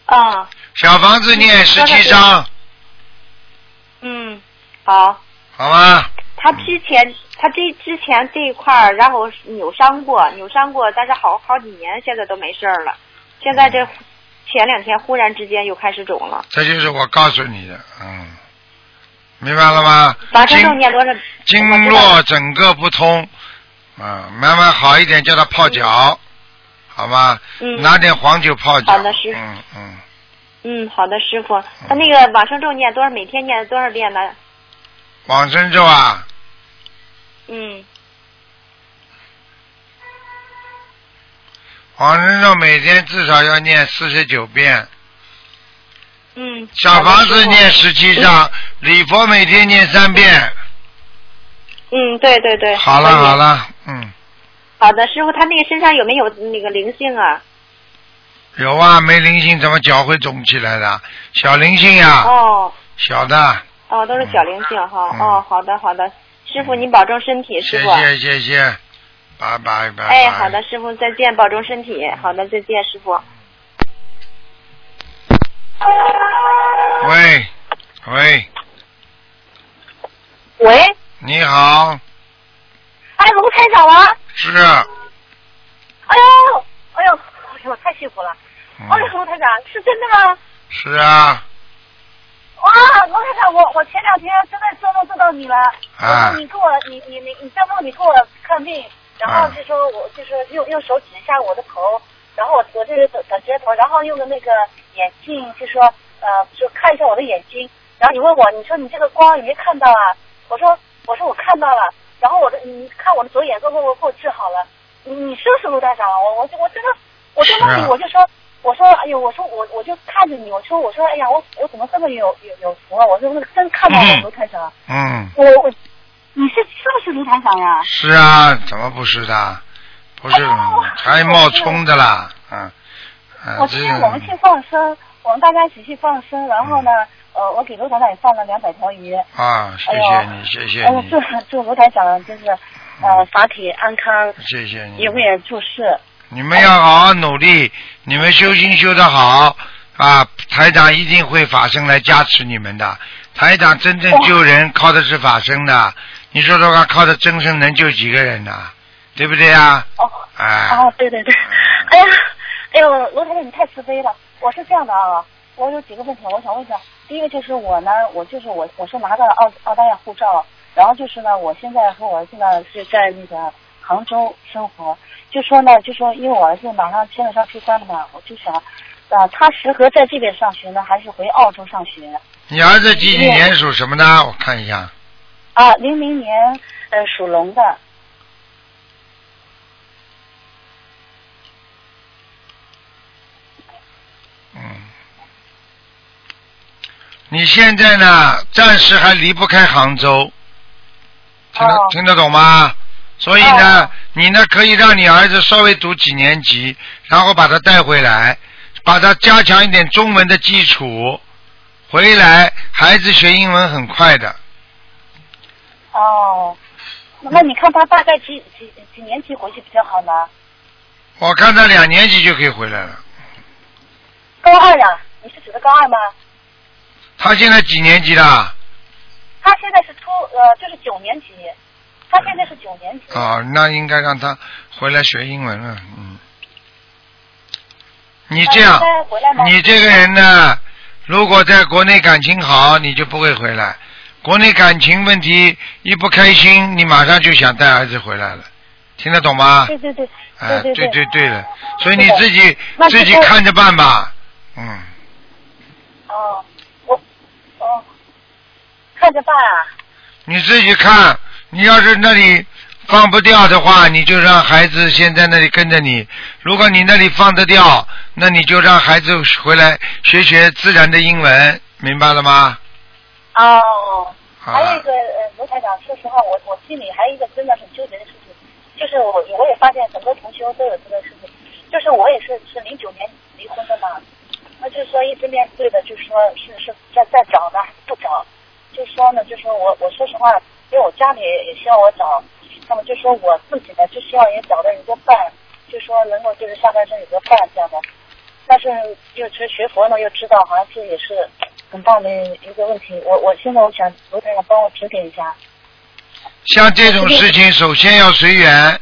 G: 啊，
A: 小房子念十七章，
G: 嗯，好。
A: 好吗？
G: 她之前，她这之前这一块儿，然后扭伤过，扭伤过，但是好好几年，现在都没事儿了。现在这前两天忽然之间又开始肿了，
A: 这就是我告诉你的，嗯，明白了吗？
G: 晚上
A: 经
G: 正念多少？
A: 经络整个不通，啊，慢慢好一点，叫他泡脚，好吗？
G: 嗯
A: 拿点黄酒泡脚。
G: 好的师傅
A: 嗯嗯，
G: 嗯，好的，师傅。他那个往生咒念多少？每天念多少遍呢？
A: 往生咒啊，
G: 嗯，
A: 往生咒每天至少要念四十九遍，
G: 嗯。
A: 小
G: 好
A: 房
G: 的
A: 子。念
G: 师
A: 十七章，礼佛每天念三遍。
G: 傅嗯，对对对。
A: 好了
G: 可以
A: 好。了，嗯，
G: 好的，师傅，他那个身上有没有那个灵性啊？
A: 有啊，没灵性怎么脚会肿起来的？小灵性呀、
G: 哦
A: 小的，
G: 哦，都是小灵性哈。
A: 嗯
G: 哦，好的好的，师傅您保重身体，师
A: 谢
G: 傅。
A: 谢谢谢，拜拜拜拜。
G: 哎，好的，师傅再见，保重身体。好的，再见，师傅。
A: 喂喂，
C: 喂，
A: 你好，
C: 哎，卢台长吗？
A: 是，啊
C: 哎呦，哎呦，哎呦，太幸福了！
A: 嗯
C: 哎呦，卢台长，是真的吗？
A: 是啊，
C: 哇，卢台长，啊我我前两天真的做梦做到你了，
A: 啊
C: 然后你给我，你你你你在梦里给我看病，然后就说我就是用用手指一下我的头，然后我我这个短截头，然后用的那个眼镜就说呃就看一下我的眼睛，然后你问我，你说你这个光你没看到啊？我说我说我看到了，然后我的你看我的左眼都给我给我治好了，你你是不是卢大长？啊我我就我真的我在梦
A: 是啊
C: 里我就说。我说，哎呦，我说我我就看着你，我说我说，哎呀，我我怎么这么有有有福啊？我说我真看到
A: 嗯
C: 了卢台长，
A: 嗯，
C: 我我你是是不是卢台长呀？
A: 是啊，怎么不是的？不是，
C: 哎呦哎
A: 还冒充的啦，嗯，嗯，
C: 我
A: 这
C: 今天我们去放生，我们大家一起去放生，然后呢，呃，我给卢台长也放了两百条鱼。
A: 啊，谢谢你，谢谢
C: 哎呀，
A: 你
C: 祝，祝卢台长就是呃法体安康，
A: 谢谢你
C: 永，远住世。
A: 你们要好好努力，你们修心修得好啊，台长一定会法身来加持你们的。台长真正救人靠的是法身的，你说说看，靠的真身能救几个人呢、对不对啊？
C: 哦
A: 哎，
C: 哦，对对对，哎呀，哎呦，罗太太你太慈悲了。我是这样的啊，我有几个问题我想问一下。第一个就是我呢，我就是我，我是拿到了澳澳大利亚护照，然后就是呢，我现在和我儿子呢是在那个杭州生活。就说呢，就说因为我儿子马上现在上初三了嘛，我就想，啊、他适合在这边上学呢，还是回澳洲上学？
A: 你儿子几几年属什么的？我看一下，
C: 啊，零零年，呃，属龙的。
A: 你现在呢，暂时还离不开杭州，听得、
C: 哦
A: 听得懂吗？所以呢，
C: 哦
A: 你呢可以让你儿子稍微读几年级，然后把他带回来，把他加强一点中文的基础，回来孩子学英文很快的。
C: 哦，那你看他大概几几几年级回去比较好呢？
A: 我看他两年级就可以回来了。
C: 高二呀？你是指的高二吗？
A: 他现在几年级啦？
C: 他现在是初呃，就是九年级，他现在是九年级。
A: 哦，那应该让他回来学英文了。嗯，你这样
C: 他应该回来，吗
A: 你这个人呢，如果在国内感情好，你就不会回来；国内感情问题一不开心，你马上就想带儿子回来了，听得懂吗？
C: 对对对，
A: 哎，
C: 对
A: 对
C: 对
A: 对对了，所以
C: 是
A: 你
C: 的
A: 自己
C: 那
A: 自己
C: 这个
A: 看着办吧。嗯，
C: 哦，我哦，看着办啊。
A: 你自己看，你要是那里放不掉的话，你就让孩子先在那里跟着你；如果你那里放得掉，那你就让孩子回来学学自然的英文，明白了吗？
C: 哦，
A: 好
C: 还有
A: 了
C: 一，个呃，卢台长，说实话，我我心里还有一个真的很纠结的事情，就是我我也发现很多同学都有这个事情，就是我也是是零九年离婚的嘛，那就是说一直面对的，就是说是是在在找呢，还是不找，就说呢，就说我我说实话，因为我家里也需要我找，那么就说我自己呢，就希望也找到一个伴，就说能够就是下半生有个伴这样的，但是又学学佛呢，又知道好像这也是很大的一个问题。我我现在我想卢台长帮我指点一下。
A: 像这种事情，首先要随缘，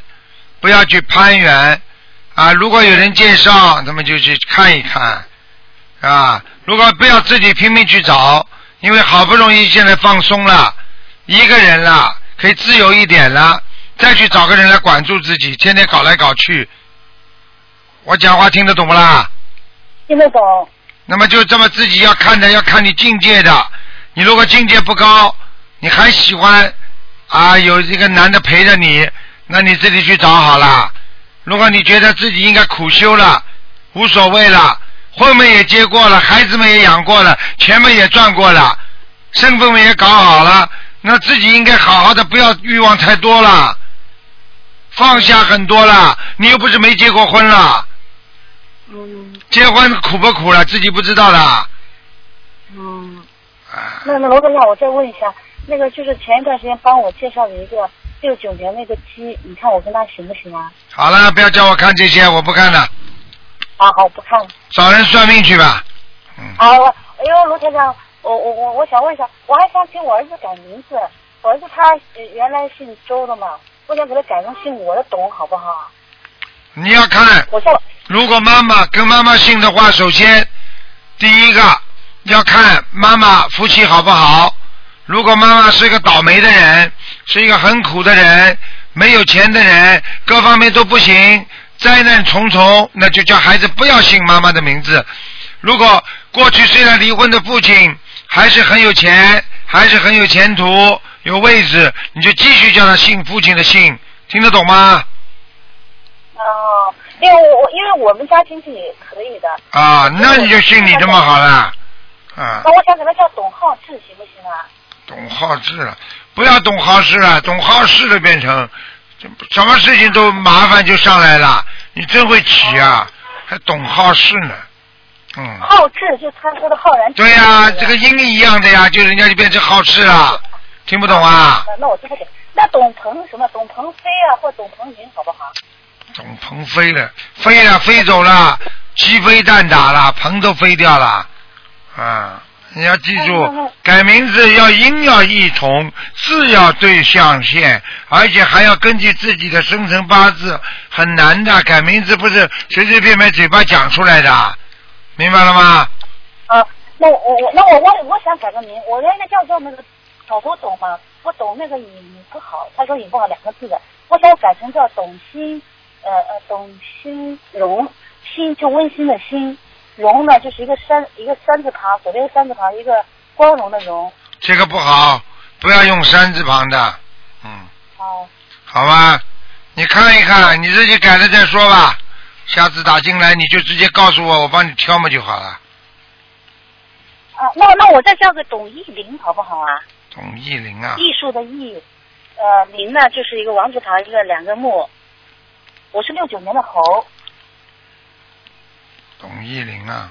A: 不要去攀缘啊。如果有人介绍，那么就去看一看啊。如果不要自己拼命去找，因为好不容易现在放松了，一个人了，可以自由一点了，再去找个人来管住自己，天天搞来搞去。我讲话听得懂不啦？
C: 听得懂？
A: 那么就这么自己要看的，要看你境界的。你如果境界不高，你还喜欢啊有一个男的陪着你，那你自己去找好了。如果你觉得自己应该苦修了，无所谓了，婚们也结过了，孩子们也养过了，钱们也赚过了，身份们也搞好了，那自己应该好好的，不要欲望太多了。放下很多了，你又不是没结过婚了，
C: 嗯
A: 结婚苦不苦了，自己不知道的。
C: 嗯。
A: 啊
C: 那那罗科长，我再问一下，那个就是前一段时间帮我介绍的一个六九年那个鸡，你看我跟他行不行啊？
A: 好了，不要叫我看这些，我不看了，
C: 啊，好，不看了。
A: 找人算命去吧。嗯
C: 啊，我哎呦，卢台长，我我我我想问一下，我还想给我儿子改名字，我儿子他呃原来姓周的嘛，我想给他改成姓我的董，好不好？
A: 你要看，如果妈妈跟妈妈姓的话，首先第一个要看妈妈夫妻好不好。如果妈妈是一个倒霉的人，是一个很苦的人，没有钱的人，各方面都不行，灾难重重，那就叫孩子不要姓妈妈的名字。如果过去虽然离婚的父亲还是很有钱，还是很有前途，有位置，你就继续叫他姓父亲的姓，听得懂吗？
C: 哦，因为我我因为我们家经济也可以的，
A: 啊，那你就姓你这么好了，啊，
C: 那我想给他叫董浩志，行不行啊？
A: 懂好事了，不要懂好事了，懂好事了变成，这什么事情都麻烦就上来了，你真会起啊，还懂好事呢，嗯，
C: 浩志就他说的浩然正
A: 对
C: 气
A: 呀、
C: 那个
A: 这个音一样的呀，就人家就变成好事了，听不懂啊？
C: 那那我知道点。那董鹏什么董鹏飞啊，或董鹏云好不好？
A: 懂鹏飞了，飞了，飞走了，鸡飞蛋打了，鹏都飞掉了，啊！你要记住，改名字要音要异同，字要对象限，而且还要根据自己的生辰八字，很难的。改名字不是随随便便嘴巴讲出来的，明白了吗？
C: 啊，那我我那我我我想改个名，我原来叫叫那个草头董嘛，我董那个尹不好，他说尹不好两个字的，我想改成叫董欣，呃呃董欣荣，欣就温馨的欣，荣呢就是一个山一个山字旁，左边一个山字旁一个光荣的荣，
A: 这个不好，不要用山字旁的，嗯，
C: 哦、
A: 好吧？你看一看，你自己改了再说吧。下次打进来你就直接告诉我，我帮你挑嘛就好了。
C: 啊，那那我再叫个董艺林好不好啊？
A: 董艺林啊，
C: 艺术的艺，呃，林呢就是一个王字旁一个两个木，我是六九年的猴，
A: 董艺林啊，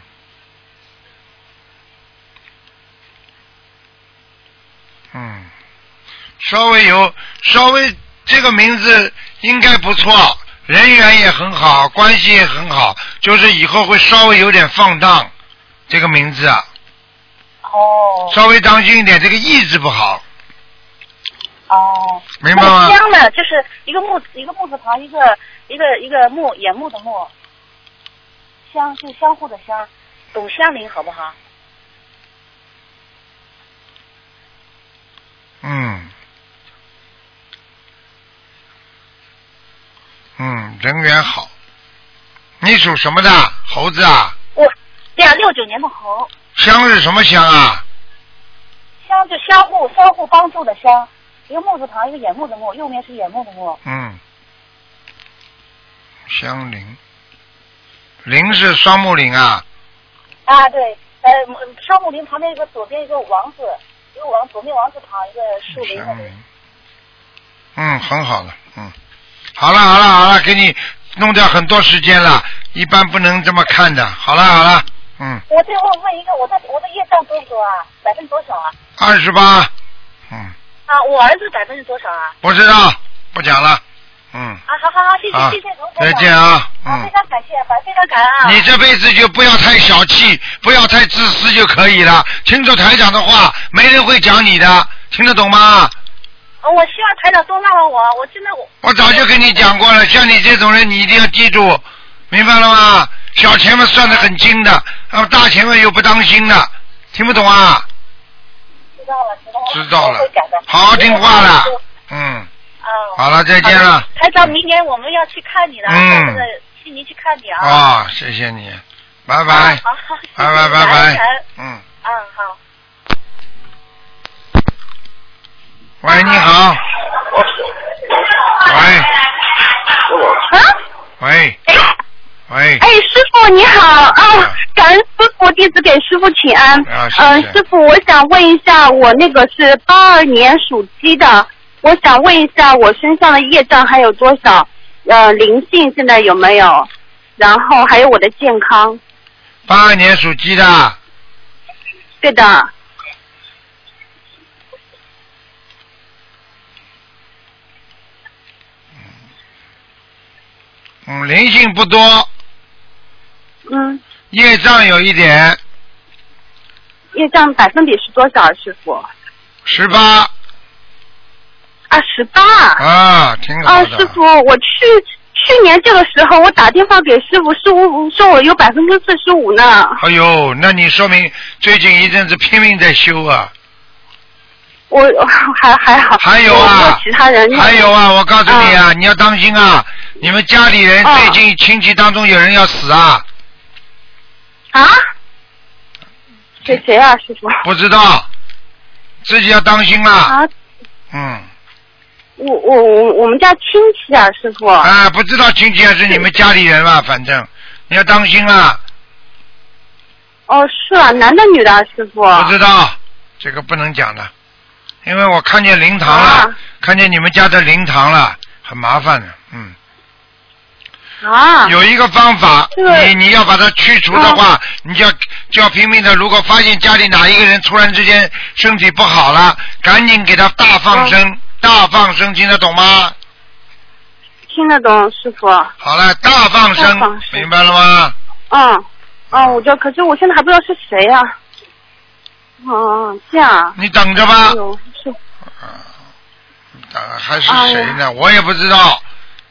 A: 嗯，稍微有稍微这个名字应该不错，人缘也很好，关系也很好，就是以后会稍微有点放荡，这个名字啊，
C: 哦
A: 稍微当心一点，这个意志不好，
C: 哦。
A: 明白吗
C: 那江呢，就是一个木一个木字旁，一个一个一个木眼木的木，相就相互的相，董香林好不好？
A: 嗯，嗯，人缘好。你属什么的？猴子啊？
C: 我对啊，六九年的猴，
A: 香是什么香啊？
C: 相就相互相互帮助的相，一个木字旁，一个眼木的木，右面是眼木的木，
A: 嗯，香菱，菱是双木菱啊。
C: 啊对，呃双木林旁边一个左边一个王字，一个王左面王字旁，一个树林的
A: 香菱，嗯，很好了，嗯，好了好了好了，给你弄掉很多时间了，一般不能这么看的。好了好了，嗯，
C: 我最后问一个，我的我的业障多不多啊？百分之多少啊？
A: 二十八，嗯，
C: 啊，我儿子百分之多少啊？
A: 不知道，不讲了，嗯，
C: 啊，好好好，谢谢、
A: 啊
C: 谢谢卢，台
A: 再
C: 长
A: 见啊，
C: 啊，
A: 嗯。
C: 非常感谢，反非常感恩啊。
A: 你这辈子就不要太小气，不要太自私就可以了。听着台长的话，没人会讲你的，听得懂吗？
C: 呃我希望台长多让让我，我真的我
A: 我早就跟你讲过了，像你这种人，你一定要记住，明白了吗？小钱嘛算得很精的，然后大钱嘛又不当心的，听不懂啊？
C: 知道了，知道了，
A: 知道了
C: 我会改的，
A: 好好听话啦。嗯，
C: 啊，
A: 好了，再见
C: 好
A: 了
C: 的。台长，明年我们要去看你了，
A: 嗯
C: 到那个悉尼去看你啊。
A: 啊、谢谢你，拜
C: 拜
A: 拜，
C: 好好，谢谢
A: 拜拜拜
C: 感恩
A: 拜
C: 感恩，
A: 嗯，
C: 嗯，好。
A: 喂，你好，
H: 哎
A: 喂，喂，喂，
H: 啊哎，师傅你好啊，感恩师傅，弟子给师傅请安。
A: 啊谢谢
H: 嗯，师傅，我想问一下，我那个是八二年属鸡的，我想问一下我身上的业障还有多少？呃灵性现在有没有？然后还有我的健康，
A: 八二年属鸡的，
H: 对的，
A: 嗯，灵性不多，
H: 嗯，
A: 业障有一点，
H: 业障百分比是多少，师傅？
A: 十八
H: 啊，十八。
A: 啊，挺好
H: 啊，
A: 的。
H: 师傅，我去去年这个时候，我打电话给师傅，师傅说我有百分之四十五呢。
A: 哎呦，那你说明最近一阵子拼命在修啊。
H: 我还还好。
A: 还有
H: 我
A: 啊
H: 问其他人。
A: 还有啊，我告诉你啊，你要当心啊，你们家里人最近亲戚当中有人要死啊，
H: 啊？谁谁啊，师傅？
A: 不知道，自己要当心啦。
H: 啊，
A: 嗯，
H: 我我我我们家亲戚啊，师傅。
A: 啊，不知道亲戚还是你们家里人吧，反正你要当心啊，
H: 哦，是啊，男的女的啊，师傅？
A: 不知道，这个不能讲的，因为我看见灵堂了，
H: 啊
A: 看见你们家的灵堂了，很麻烦的，嗯。
H: 啊。
A: 有一个方法，
H: 这个
A: 你你要把它驱除的话，你就要就要拼命的。如果发现家里哪一个人突然之间身体不好了，赶紧给他大放生，
H: 啊
A: 大放生，听得懂吗？
H: 听得懂，师傅。
A: 好了，大放生，
H: 大放
A: 明白了吗？
H: 嗯，嗯，我就可是我现在还不知道是谁呀、啊。嗯，这样啊。
A: 你等着吧
H: 哎呦是
A: 啊，还是谁呢？我也不知道，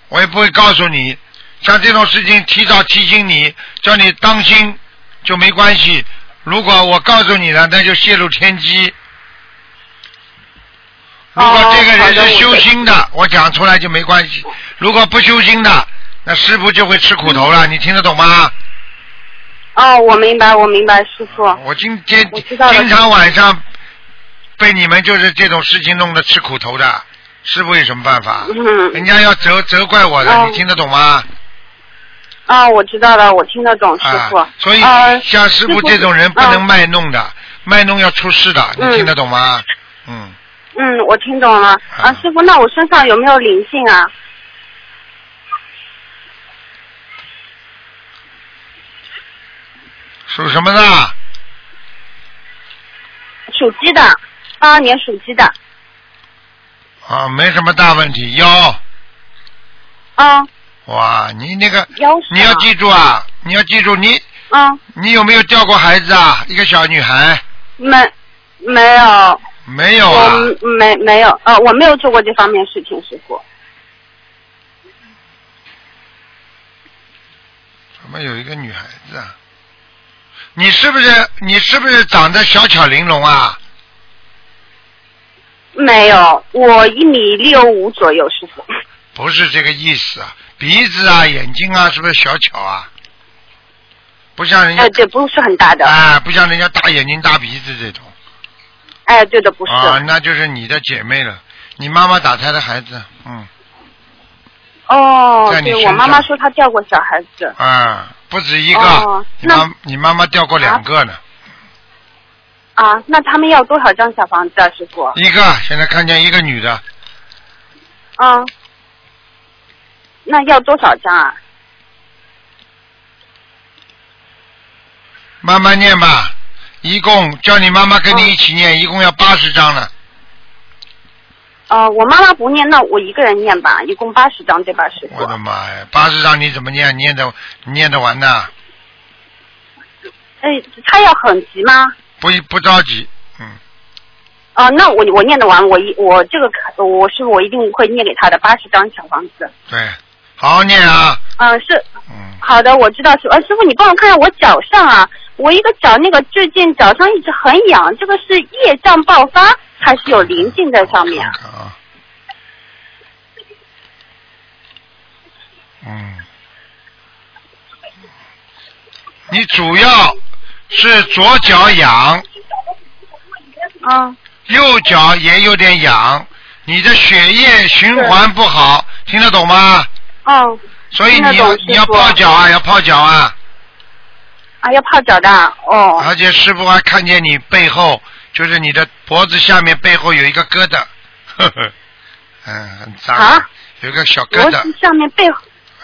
A: 我也不会告诉你。像这种事情，提早提醒你，叫你当心，就没关系。如果我告诉你了，那就泄露天机。如果这个人是修哦心的，我讲出来就没关系；如果不修心的，那师傅就会吃苦头了。你听得懂吗？
H: 哦，我明白，我明白，师傅。
A: 我今天
H: 啊我知道了
A: 经常晚上被你们就是这种事情弄得吃苦头的，师傅有什么办法？
H: 嗯
A: 人家要责责怪我的，
H: 哦
A: 你听得懂吗？
H: 啊，我知道了，我听得懂，师
A: 啊
H: 傅。，
A: 所以
H: 呃
A: 像师傅这种人不能。卖弄的，卖弄要出事的，你
H: 嗯
A: 听得懂吗？嗯，
H: 嗯，我听懂了。啊，师傅，那我身上有没有灵性啊？
A: 属什么的？
H: 属鸡的，八二年属鸡的。
A: 啊，没什么大问题。腰，
H: 啊，
A: 哇，你那个
H: 腰是吧
A: 你要记住啊，你要记住，你
H: 啊，
A: 你有没有掉过孩子啊？一个小女孩
H: 没，没有。
A: 没有啊？
H: 我没没有，呃，我没有做过这方面事情，师傅。
A: 怎么有一个女孩子啊？你是不是你是不是长得小巧玲珑啊？
H: 没有，我一米六五左右，师傅。
A: 不是这个意思啊，鼻子啊、眼睛啊，是不是小巧啊？不像人家
H: 哎，对，不是很大的。
A: 啊，不像人家大眼睛、大鼻子这种
H: 哎，对的，不是。
A: 啊，那就是你的姐妹了，你妈妈打胎的孩子，嗯
H: 哦
A: 在，你身
H: 对我
A: 上
H: 妈妈说她掉过小孩子。
A: 啊，不止一个，
H: 哦
A: 你
H: 那
A: 妈你妈妈掉过两个呢，
H: 啊，那他们要多少张小房子啊，师傅？
A: 一个现在看见一个女的，
H: 嗯，那要多少张啊？
A: 慢慢念吧，一共叫你妈妈跟
H: 哦
A: 你一起念，一共要八十章呢，
H: 呃，我妈妈不念，那我一个人念吧，一共八十张，对吧，师傅
A: 我？的妈呀，八十章你怎么念？念得念得完呢？
H: 哎，她要很急吗？
A: 不不着急，
H: 哦、那我我念得完，我一我这个可我师傅我一定会念给她的八十张小房子。
A: 对，好好念啊，
H: 嗯、是，好的，我知道师傅。呃，师傅，你帮我看看我脚上啊，我一个脚那个最近脚上一直很痒，这个是业障爆发还是有灵性在上面啊？
A: 嗯，你主要是左脚痒，
C: 啊
H: 嗯，
A: 右脚也有点痒，你的血液循环不好，听得懂吗？
H: 哦，
A: 所以
H: 听得
A: 你要
H: 懂师傅
A: 你要泡脚啊，要泡脚啊，
H: 啊，要泡脚的啊哦，
A: 而且师傅还看见你背后，就是你的脖子下面背后有一个疙瘩，呵呵，嗯，很脏，
H: 啊
A: 有个小疙
H: 脖
A: 瘩
H: 子，上面背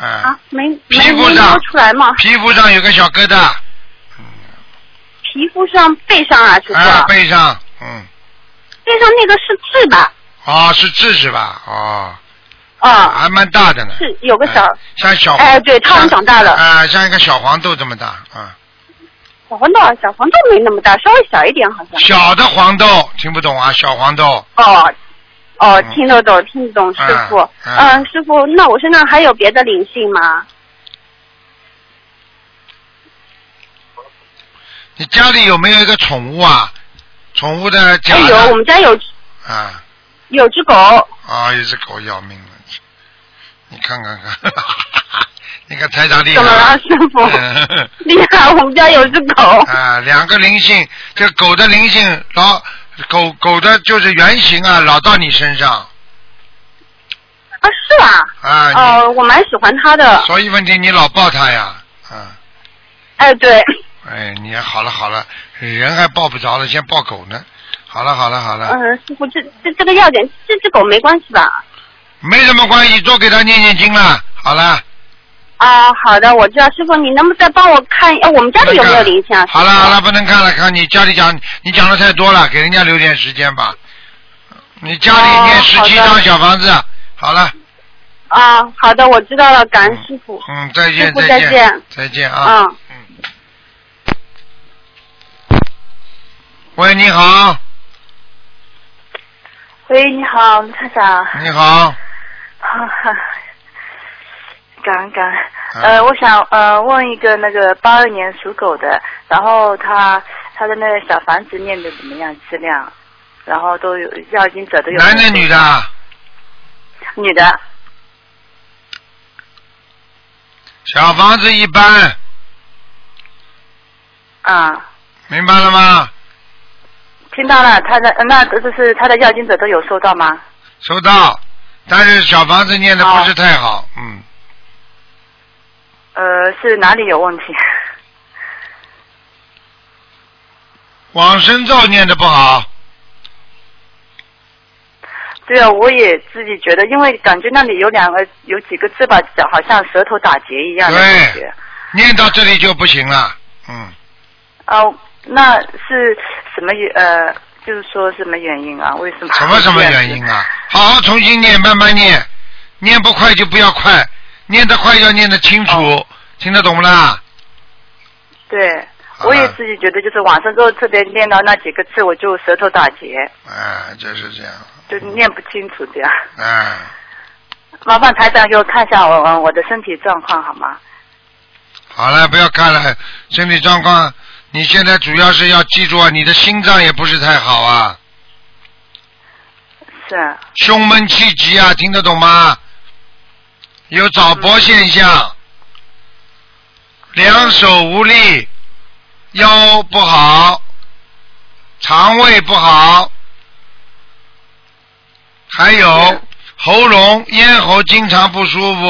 A: 嗯，
H: 啊没没
A: 皮肤
H: 没
A: 上
H: 摸出来吗？
A: 皮肤上有个小疙瘩，啊
H: 皮肤上背上啊，师傅、
A: 啊，背上，嗯，
H: 背上那个是痣吧？
A: 哦，是痣是吧？哦，
H: 啊，
A: 还蛮大的呢，
H: 是有个小，
A: 像小，
H: 哎对它好像长大了
A: 啊、像一个小黄豆这么大，啊，
H: 小黄豆，小黄豆没那么大，稍微小一点好像。
A: 小的黄豆，听不懂啊，小黄豆，
H: 哦，哦，听得懂，听得懂，师傅。
A: 嗯
H: 嗯、师傅，那我身上还有别的灵性吗？
A: 你家里有没有一个宠物啊？宠物的家
H: 哎，有，我们家有
A: 啊
H: 有只狗，
A: 啊，有只狗要命了，你看看看， [LAUGHS] 你看台长厉害
H: 怎么了，师傅？
A: 嗯
H: 厉害，我们家有只狗。
A: 啊，两个灵性，这狗的灵性老狗狗的就是原型啊，老到你身上
H: 啊，是吧？
A: 啊，你
H: 哦，我蛮喜欢它的。
A: 所以问题你老抱它呀，啊，
H: 哎，对，
A: 哎，你好了好了，人还抱不着了，先抱狗呢，好了好了好了，
H: 嗯、师傅，这这这个要点，这只狗没关系吧？
A: 没什么关系，多给它念念经了，好了，
H: 啊，好的，我知道，师傅，你能不能再帮我看？呃，我们家里有没有灵性啊？
A: 好了好了，不能看了，看你家里讲你讲的太多了，给人家留点时间吧，你家里念
H: 哦
A: 十
H: 好
A: 七
H: 的
A: 张小房子，好了，
H: 啊，好的，我知道了，感恩师傅。
A: 嗯，再见
H: 师傅
A: 再
H: 再
A: 见
H: 见
A: 再见啊。
H: 嗯，
A: 喂，你好，
I: 喂，你啊好，卢台长。
A: 你好，
I: 感恩感恩，
A: 嗯
I: 呃，我想呃问一个那个八二年属狗的，然后他他的那个小房子念的怎么样质量，然后都有要已经者都有
A: 男的女的啊？
I: 女的
A: 小房子一般，
I: 啊，
A: 明白了吗？
I: 听到了，他的呃那就是他的要经者都有收到吗？
A: 收到，但是小房子念的不是太好，嗯，
I: 呃，是哪里有问题？ [LAUGHS]
A: 往生咒念的不好，
I: 对啊，我也自己觉得，因为感觉那里有两个有几个字吧，好像舌头打结一样的感觉。
A: 念到这里就不行了，嗯，
I: 啊，那是什么原呃，就是说什么原因啊？为什么？
A: 什么什么原因啊？好好重新念，慢慢念，念不快就不要快，念得快要念得清楚，听得懂不啦？
I: 对，
A: 啊
I: 我也自己觉得，就是晚上之后特别念到那几个字，我就舌头打结，
A: 啊，就是这样，
I: 就念不清楚这样。
A: 啊，
I: 麻烦台长给我看一下我我的身体状况好吗？
A: 好了，不要看了，身体状况，你现在主要是要记住啊，你的心脏也不是太好啊，
I: 是啊
A: 胸闷气急啊，听得懂吗？有早搏现象，两手无力，腰不好，肠胃不好，还有喉咙、咽喉经常不舒服，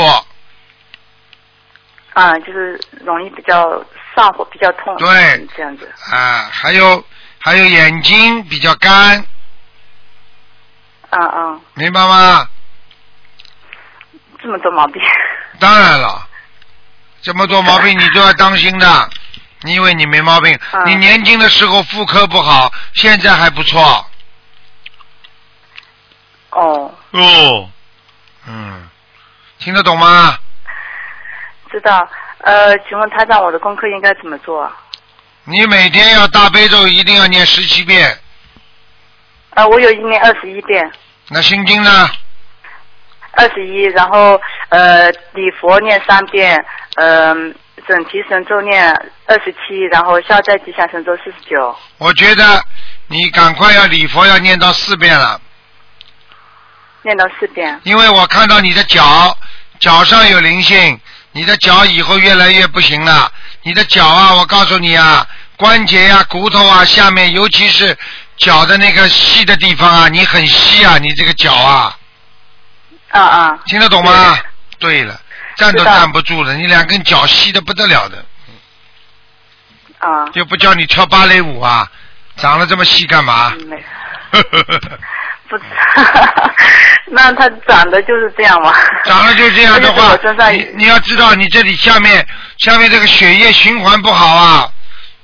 I: 啊，就是容易比较上火，比较痛。
A: 对
I: 这样子
A: 啊，还有还有眼睛比较干，
I: 啊啊，
A: 明白吗？
I: 这么多毛病。 [LAUGHS]
A: 当然了，这么多毛病你都要当心的。你以为你没毛病？你年轻的时候妇科不好，现在还不错。
I: 哦，
A: 哦，嗯，听得懂吗？
I: 知道。呃，请问台长，我的功课应该怎么做啊？
A: 你每天要大悲咒，一定要念十七遍。
I: 呃，我有一年二十一遍。
A: 那心经呢？
I: 二十一，然后呃礼佛念三遍，嗯、整提神咒念二十七，然后消灾吉祥神咒四十九。
A: 我觉得你赶快要礼佛，要念到四遍了，
I: 念到四遍， [LAUGHS]
A: 因为我看到你的脚脚上有灵性，你的脚以后越来越不行了。你的脚啊，我告诉你啊，关节呀、骨头啊，下面尤其是脚的那个细的地方啊，你很细啊，你这个脚啊，
I: 啊啊，
A: 听得懂吗？对了，站都
I: 知道
A: 站不住了，你两根脚细的不得了的。
I: 啊，
A: 又不叫你跳芭蕾舞啊，长了这么细干嘛？ [LAUGHS]
I: 嗯没
A: 呵呵呵呵
I: 不知那它长得就是这样嘛。 [LAUGHS]
A: 长了就这样的
I: 那
A: 话
I: 就是我身，上
A: 你你要知道，你这里下面下面这个血液循环不好啊，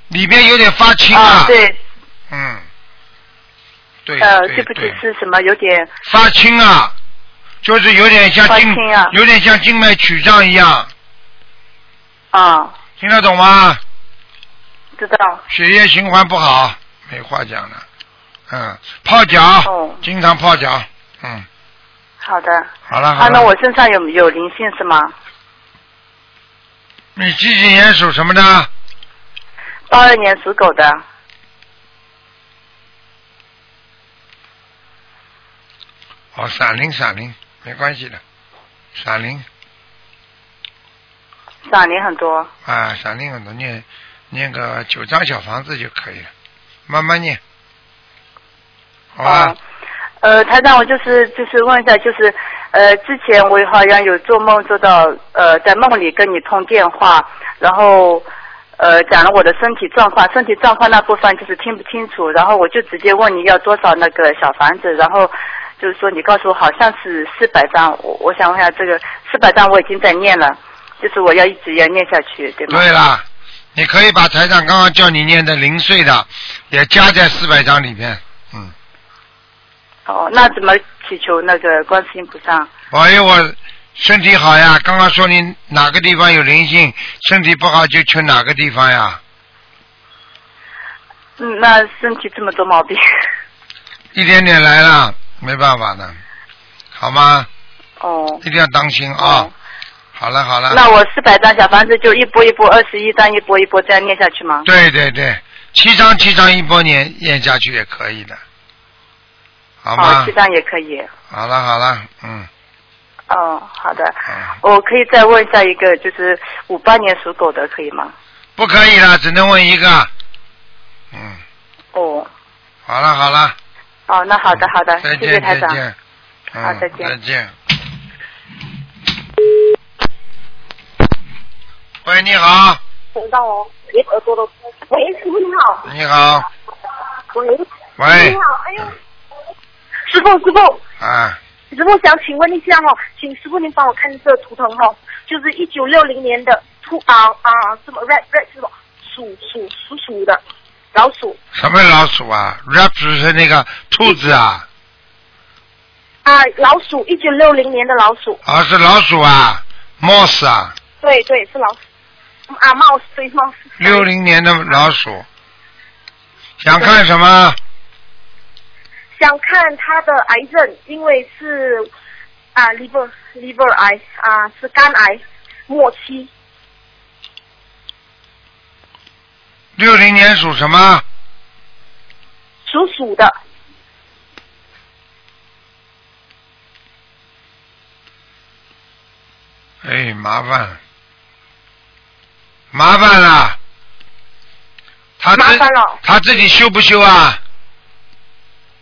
A: 里边有点发青
I: 啊，对，
A: 嗯，对，
I: 呃，
A: 对
I: 对不起
A: 对，
I: 是什么？有点
A: 发青啊，就是有点像
I: 发
A: 静
I: 青啊，
A: 有点像静脉曲张一样，
I: 啊，
A: 听得懂吗？
I: 知道。
A: 血液循环不好，没话讲了。嗯，泡脚，
I: 哦
A: 经常泡脚。嗯，
I: 好的。
A: 好了
I: 啊，
A: 好了。
I: 那我身上有有灵性是吗？
A: 你几几年属什么的？
I: 八二年属狗的，
A: 哦，闪灵闪灵，没关系的，闪灵
I: 闪灵很多。
A: 啊，闪灵很多念念个九张小房子就可以了，慢慢念，好
I: 啊
A: 吧？
I: 呃，台长，我就是就是问一下，就是呃，之前我好像有做梦做到呃，在梦里跟你通电话，然后呃讲了我的身体状况，身体状况那部分就是听不清楚，然后我就直接问你要多少那个小房子，然后就是说你告诉我好像是四百张，我我想问一下这个四百张我已经在念了，就是我要一直要念下去，对吗？
A: 对啦，你可以把台长刚刚叫你念的零碎的也加在四百张里面。
I: 哦，那怎么祈求那个观世音菩萨？
A: 哎呦，我身体好呀，刚刚说你哪个地方有灵性，身体不好就去哪个地方呀？
I: 嗯，那身体这么多毛病。
A: 一点点来了，没办法的，好吗？
I: 哦，
A: 一定要当心啊！好了好了，
I: 那我四百张小房子就一波一波，二十一张一波一波这样念下去吗？
A: 对对对，七张七张一波念念下去也可以的，好吗？
I: 哦七张也可以。
A: 好了好了，嗯，
I: 哦，好的。我可以再问一下一个，就是五八年属狗的，可以吗？
A: 不可以了，只能问一个。
I: 哦，
A: 好了好了，
I: 哦，那好的好的，
A: 嗯再
I: 谢谢
A: 见
I: 台
A: 再
I: 长。
A: 见，
I: 好
A: 嗯，
I: 再见
A: 再见。喂，你好，
J: 等到哦，别耳朵都。喂，师傅你好。
A: 你好，
J: 喂。
A: 哎喂
J: 你好，哎呦。师傅，师傅，
A: 啊，
J: 师傅想请问一下哦，请师傅您帮我看这个图腾哦，就是一九六零年的兔啊啊什么 red red 是什么鼠鼠鼠鼠的老鼠
A: 什么老鼠啊？rap 是那个兔子啊，
J: 啊老鼠一九六零年的老鼠，
A: 啊是老鼠啊，moss 啊，
J: 对对是老鼠啊帽对帽
A: 六零年的老鼠，想看什么？
J: 想看他的癌症，因为是啊 liver liver 癌啊是肝癌末期，
A: 六零年属什么？
J: 属鼠的。
A: 哎，麻烦了，麻烦了。他自
J: 麻烦了
A: 他自己修不修啊？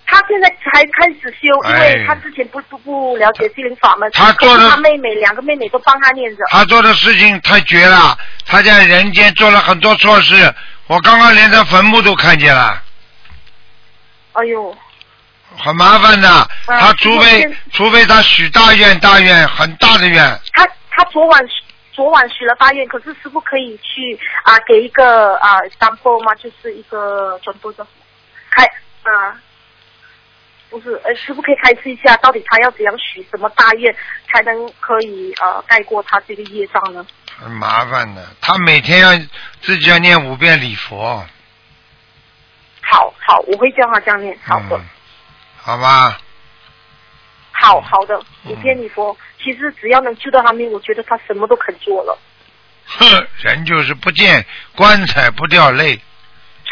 J: 他现在才开始修，因为
A: 哎
J: 他之前不不不了解心灵法门，
A: 他做的
J: 可是他妹妹两个妹妹都帮他念着。
A: 他做的事情太绝了，他在人间做了很多错事，我刚刚连他坟墓都看见了，
J: 哎呦，
A: 很麻烦的。
J: 嗯
A: 他除
J: 这
A: 非
J: 个
A: 除非他许大愿，大愿很大的愿，
J: 他他昨晚昨晚许了发愿，可是师傅可以去啊给一个啊 sample 吗？就是一个转播的开啊。不是，呃，师傅可以开示一下，到底他要怎样许什么大愿，才能可以呃盖过他这个业障呢？
A: 很麻烦的。他每天要自己要念五遍礼佛，
J: 好好，我会教他这样念。好的。
A: 嗯，好吧，
J: 好好的，五遍你说，其实只要能救到他命，我觉得他什么都肯做了，
A: 哼，人就是不见棺材不掉泪。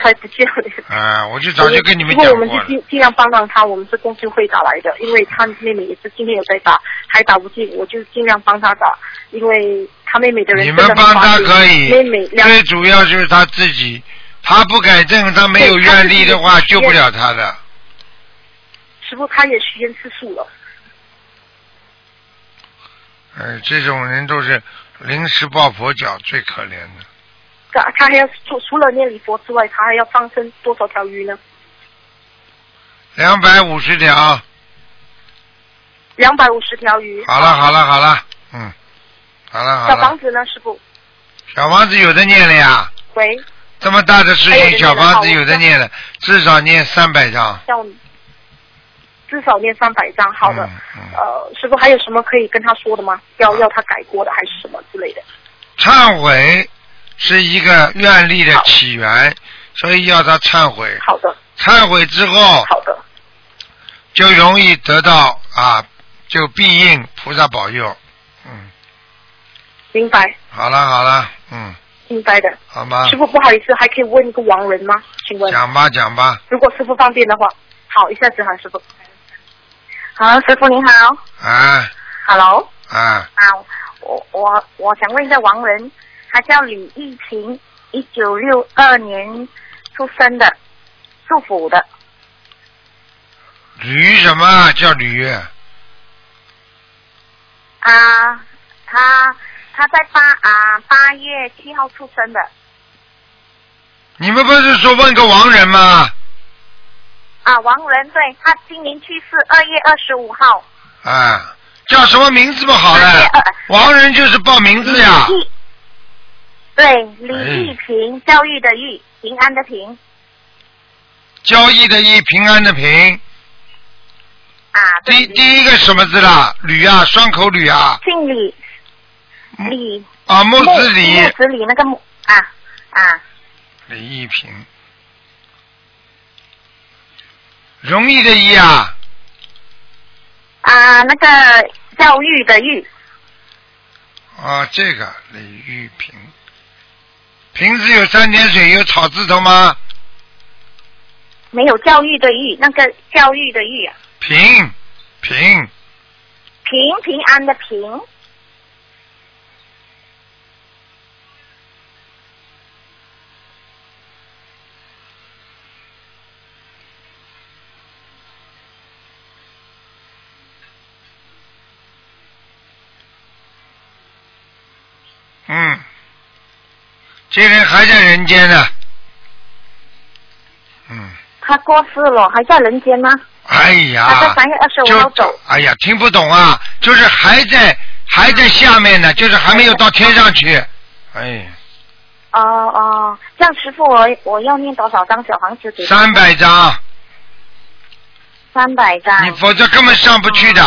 J: 才不见了。
A: 啊，我就早就跟你们
J: 不
A: 讲
J: 过
A: 过
J: 我们就
A: 了。
J: 尽尽量帮帮他，我们是共修会打来的，因为他妹妹也是今天有在打，还打不进，我就尽量帮他打，因为他妹妹的人
A: 你们
J: 真的
A: 帮他
J: 很麻烦
A: 可以
J: 妹妹，两
A: 最主要就是他自己，他不改正，他没有愿力的话，
J: 对他自己
A: 救
J: 的
A: 不了他的。
J: 师傅他也许愿吃素了，
A: 呃，这种人都是临时抱佛脚，最可怜的。
J: 他他还要除除了念礼佛之外，他还要放生多少条鱼呢？
A: 两百五十条，
J: 两百五十条鱼。
A: 好了好了好了，嗯，好了好
J: 小
A: 了
J: 房。子呢，师傅？
A: 小房子有的念了呀，
J: 喂，
A: 这么大的事
J: 哎有的
A: 情，
J: 念
A: 小
J: 了
A: 房
J: 好
A: 子有的念了，至少念三百张。
J: 像我们至少念三百张，好
A: 嗯
J: 的。呃，师傅还有什么可以跟他说的吗？要要他改过的还是什么之类的？
A: 忏悔是一个愿力的起源，所以要他忏悔。
J: 好的。
A: 忏悔之后。
J: 好的。
A: 就容易得到啊，就必应菩萨保佑。嗯，
J: 明白，
A: 好了好了，嗯，
J: 明白的。
A: 好吗
J: 师？傅不好意思，还可以问一个亡人吗？请问，
A: 讲吧讲吧，
J: 如果师傅方便的话，好，一下子哈，师傅。好，师傅您好
A: 啊
J: ，Hello
A: 啊，
J: 啊，我我我想问一下王人，他叫李义琴，一九六二年出生的，属虎的，
A: 驴什么叫驴？
J: 啊，他他在八啊八月七号出生的，
A: 你们不是说问个亡人吗？
J: 啊，王仁对他今年去世二月二十五号，
A: 啊，叫什么名字不好了？亡人就是报名字呀。
J: 李义对李义平，教育的育，平安的平
A: 交易的易，平安的平。
J: 啊。
A: 第第一个什么字啦？吕啊，双口吕啊。
J: 姓李，李
A: 啊，木子李，
J: 木子李那个木啊啊，
A: 李一平，容易的易啊，
J: 啊，那个教育的育，
A: 啊，这个李玉平，平字有三点水，有草字头吗？
J: 没有教育的育，那个教育的育啊，
A: 平平，
J: 平平安的平，
A: 嗯，这人还在人间呢，
J: 他过世了，还在人间吗？
A: 哎
F: 啊
J: 他在
A: 呀，
J: 三月二十五号
A: 就
J: 走，
A: 哎呀，听不懂啊，就是还在还在下面呢，就是还没有到天上去，哎，
J: 哦哦，这样师傅我我要念多少张小房子给他？
A: 三百张。
J: 三百张，嗯
A: 你否则根本上不去的。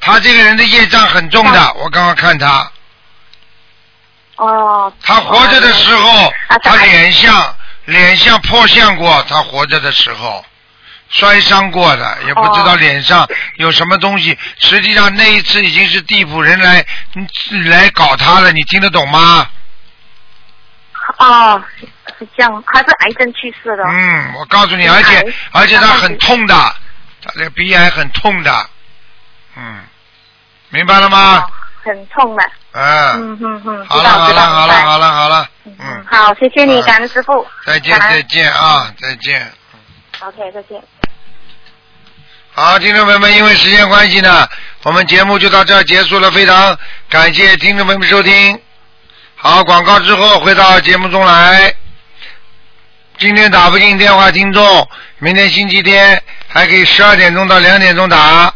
A: 他这个人的业障很重的，我刚刚看他，
J: 哦，
A: 他活着的时
C: 哦
A: 候，
J: 啊
A: 他脸像脸像破相过，他活着的时候摔伤过的，也不知道脸上有什么东西。实际上那一次已经是地府人来嗯来搞他了，你听得懂吗？
J: 哦，是这样，他是癌症去世的。
A: 嗯，我告诉你，而且而且他很痛的，他的鼻癌很痛的，嗯，明白了吗？
J: 很痛的。
A: 嗯，
J: 嗯嗯嗯，
A: 好了
J: 知道
A: 好
J: 知
A: 了
J: 道，
A: 好了
J: 明白
A: 好了好了，嗯。
J: 好，谢谢你，
A: 嗯
J: 感恩师傅。
A: 再见
J: 感恩
A: 再见啊，再见。
J: OK，再见。
A: 好，听众朋友们，因为时间关系呢，我们节目就到这儿结束了。非常感谢听众朋友们收听。好，广告之后回到节目中来。今天打不进电话，听众，明天星期天还可以十二点钟到两点钟打。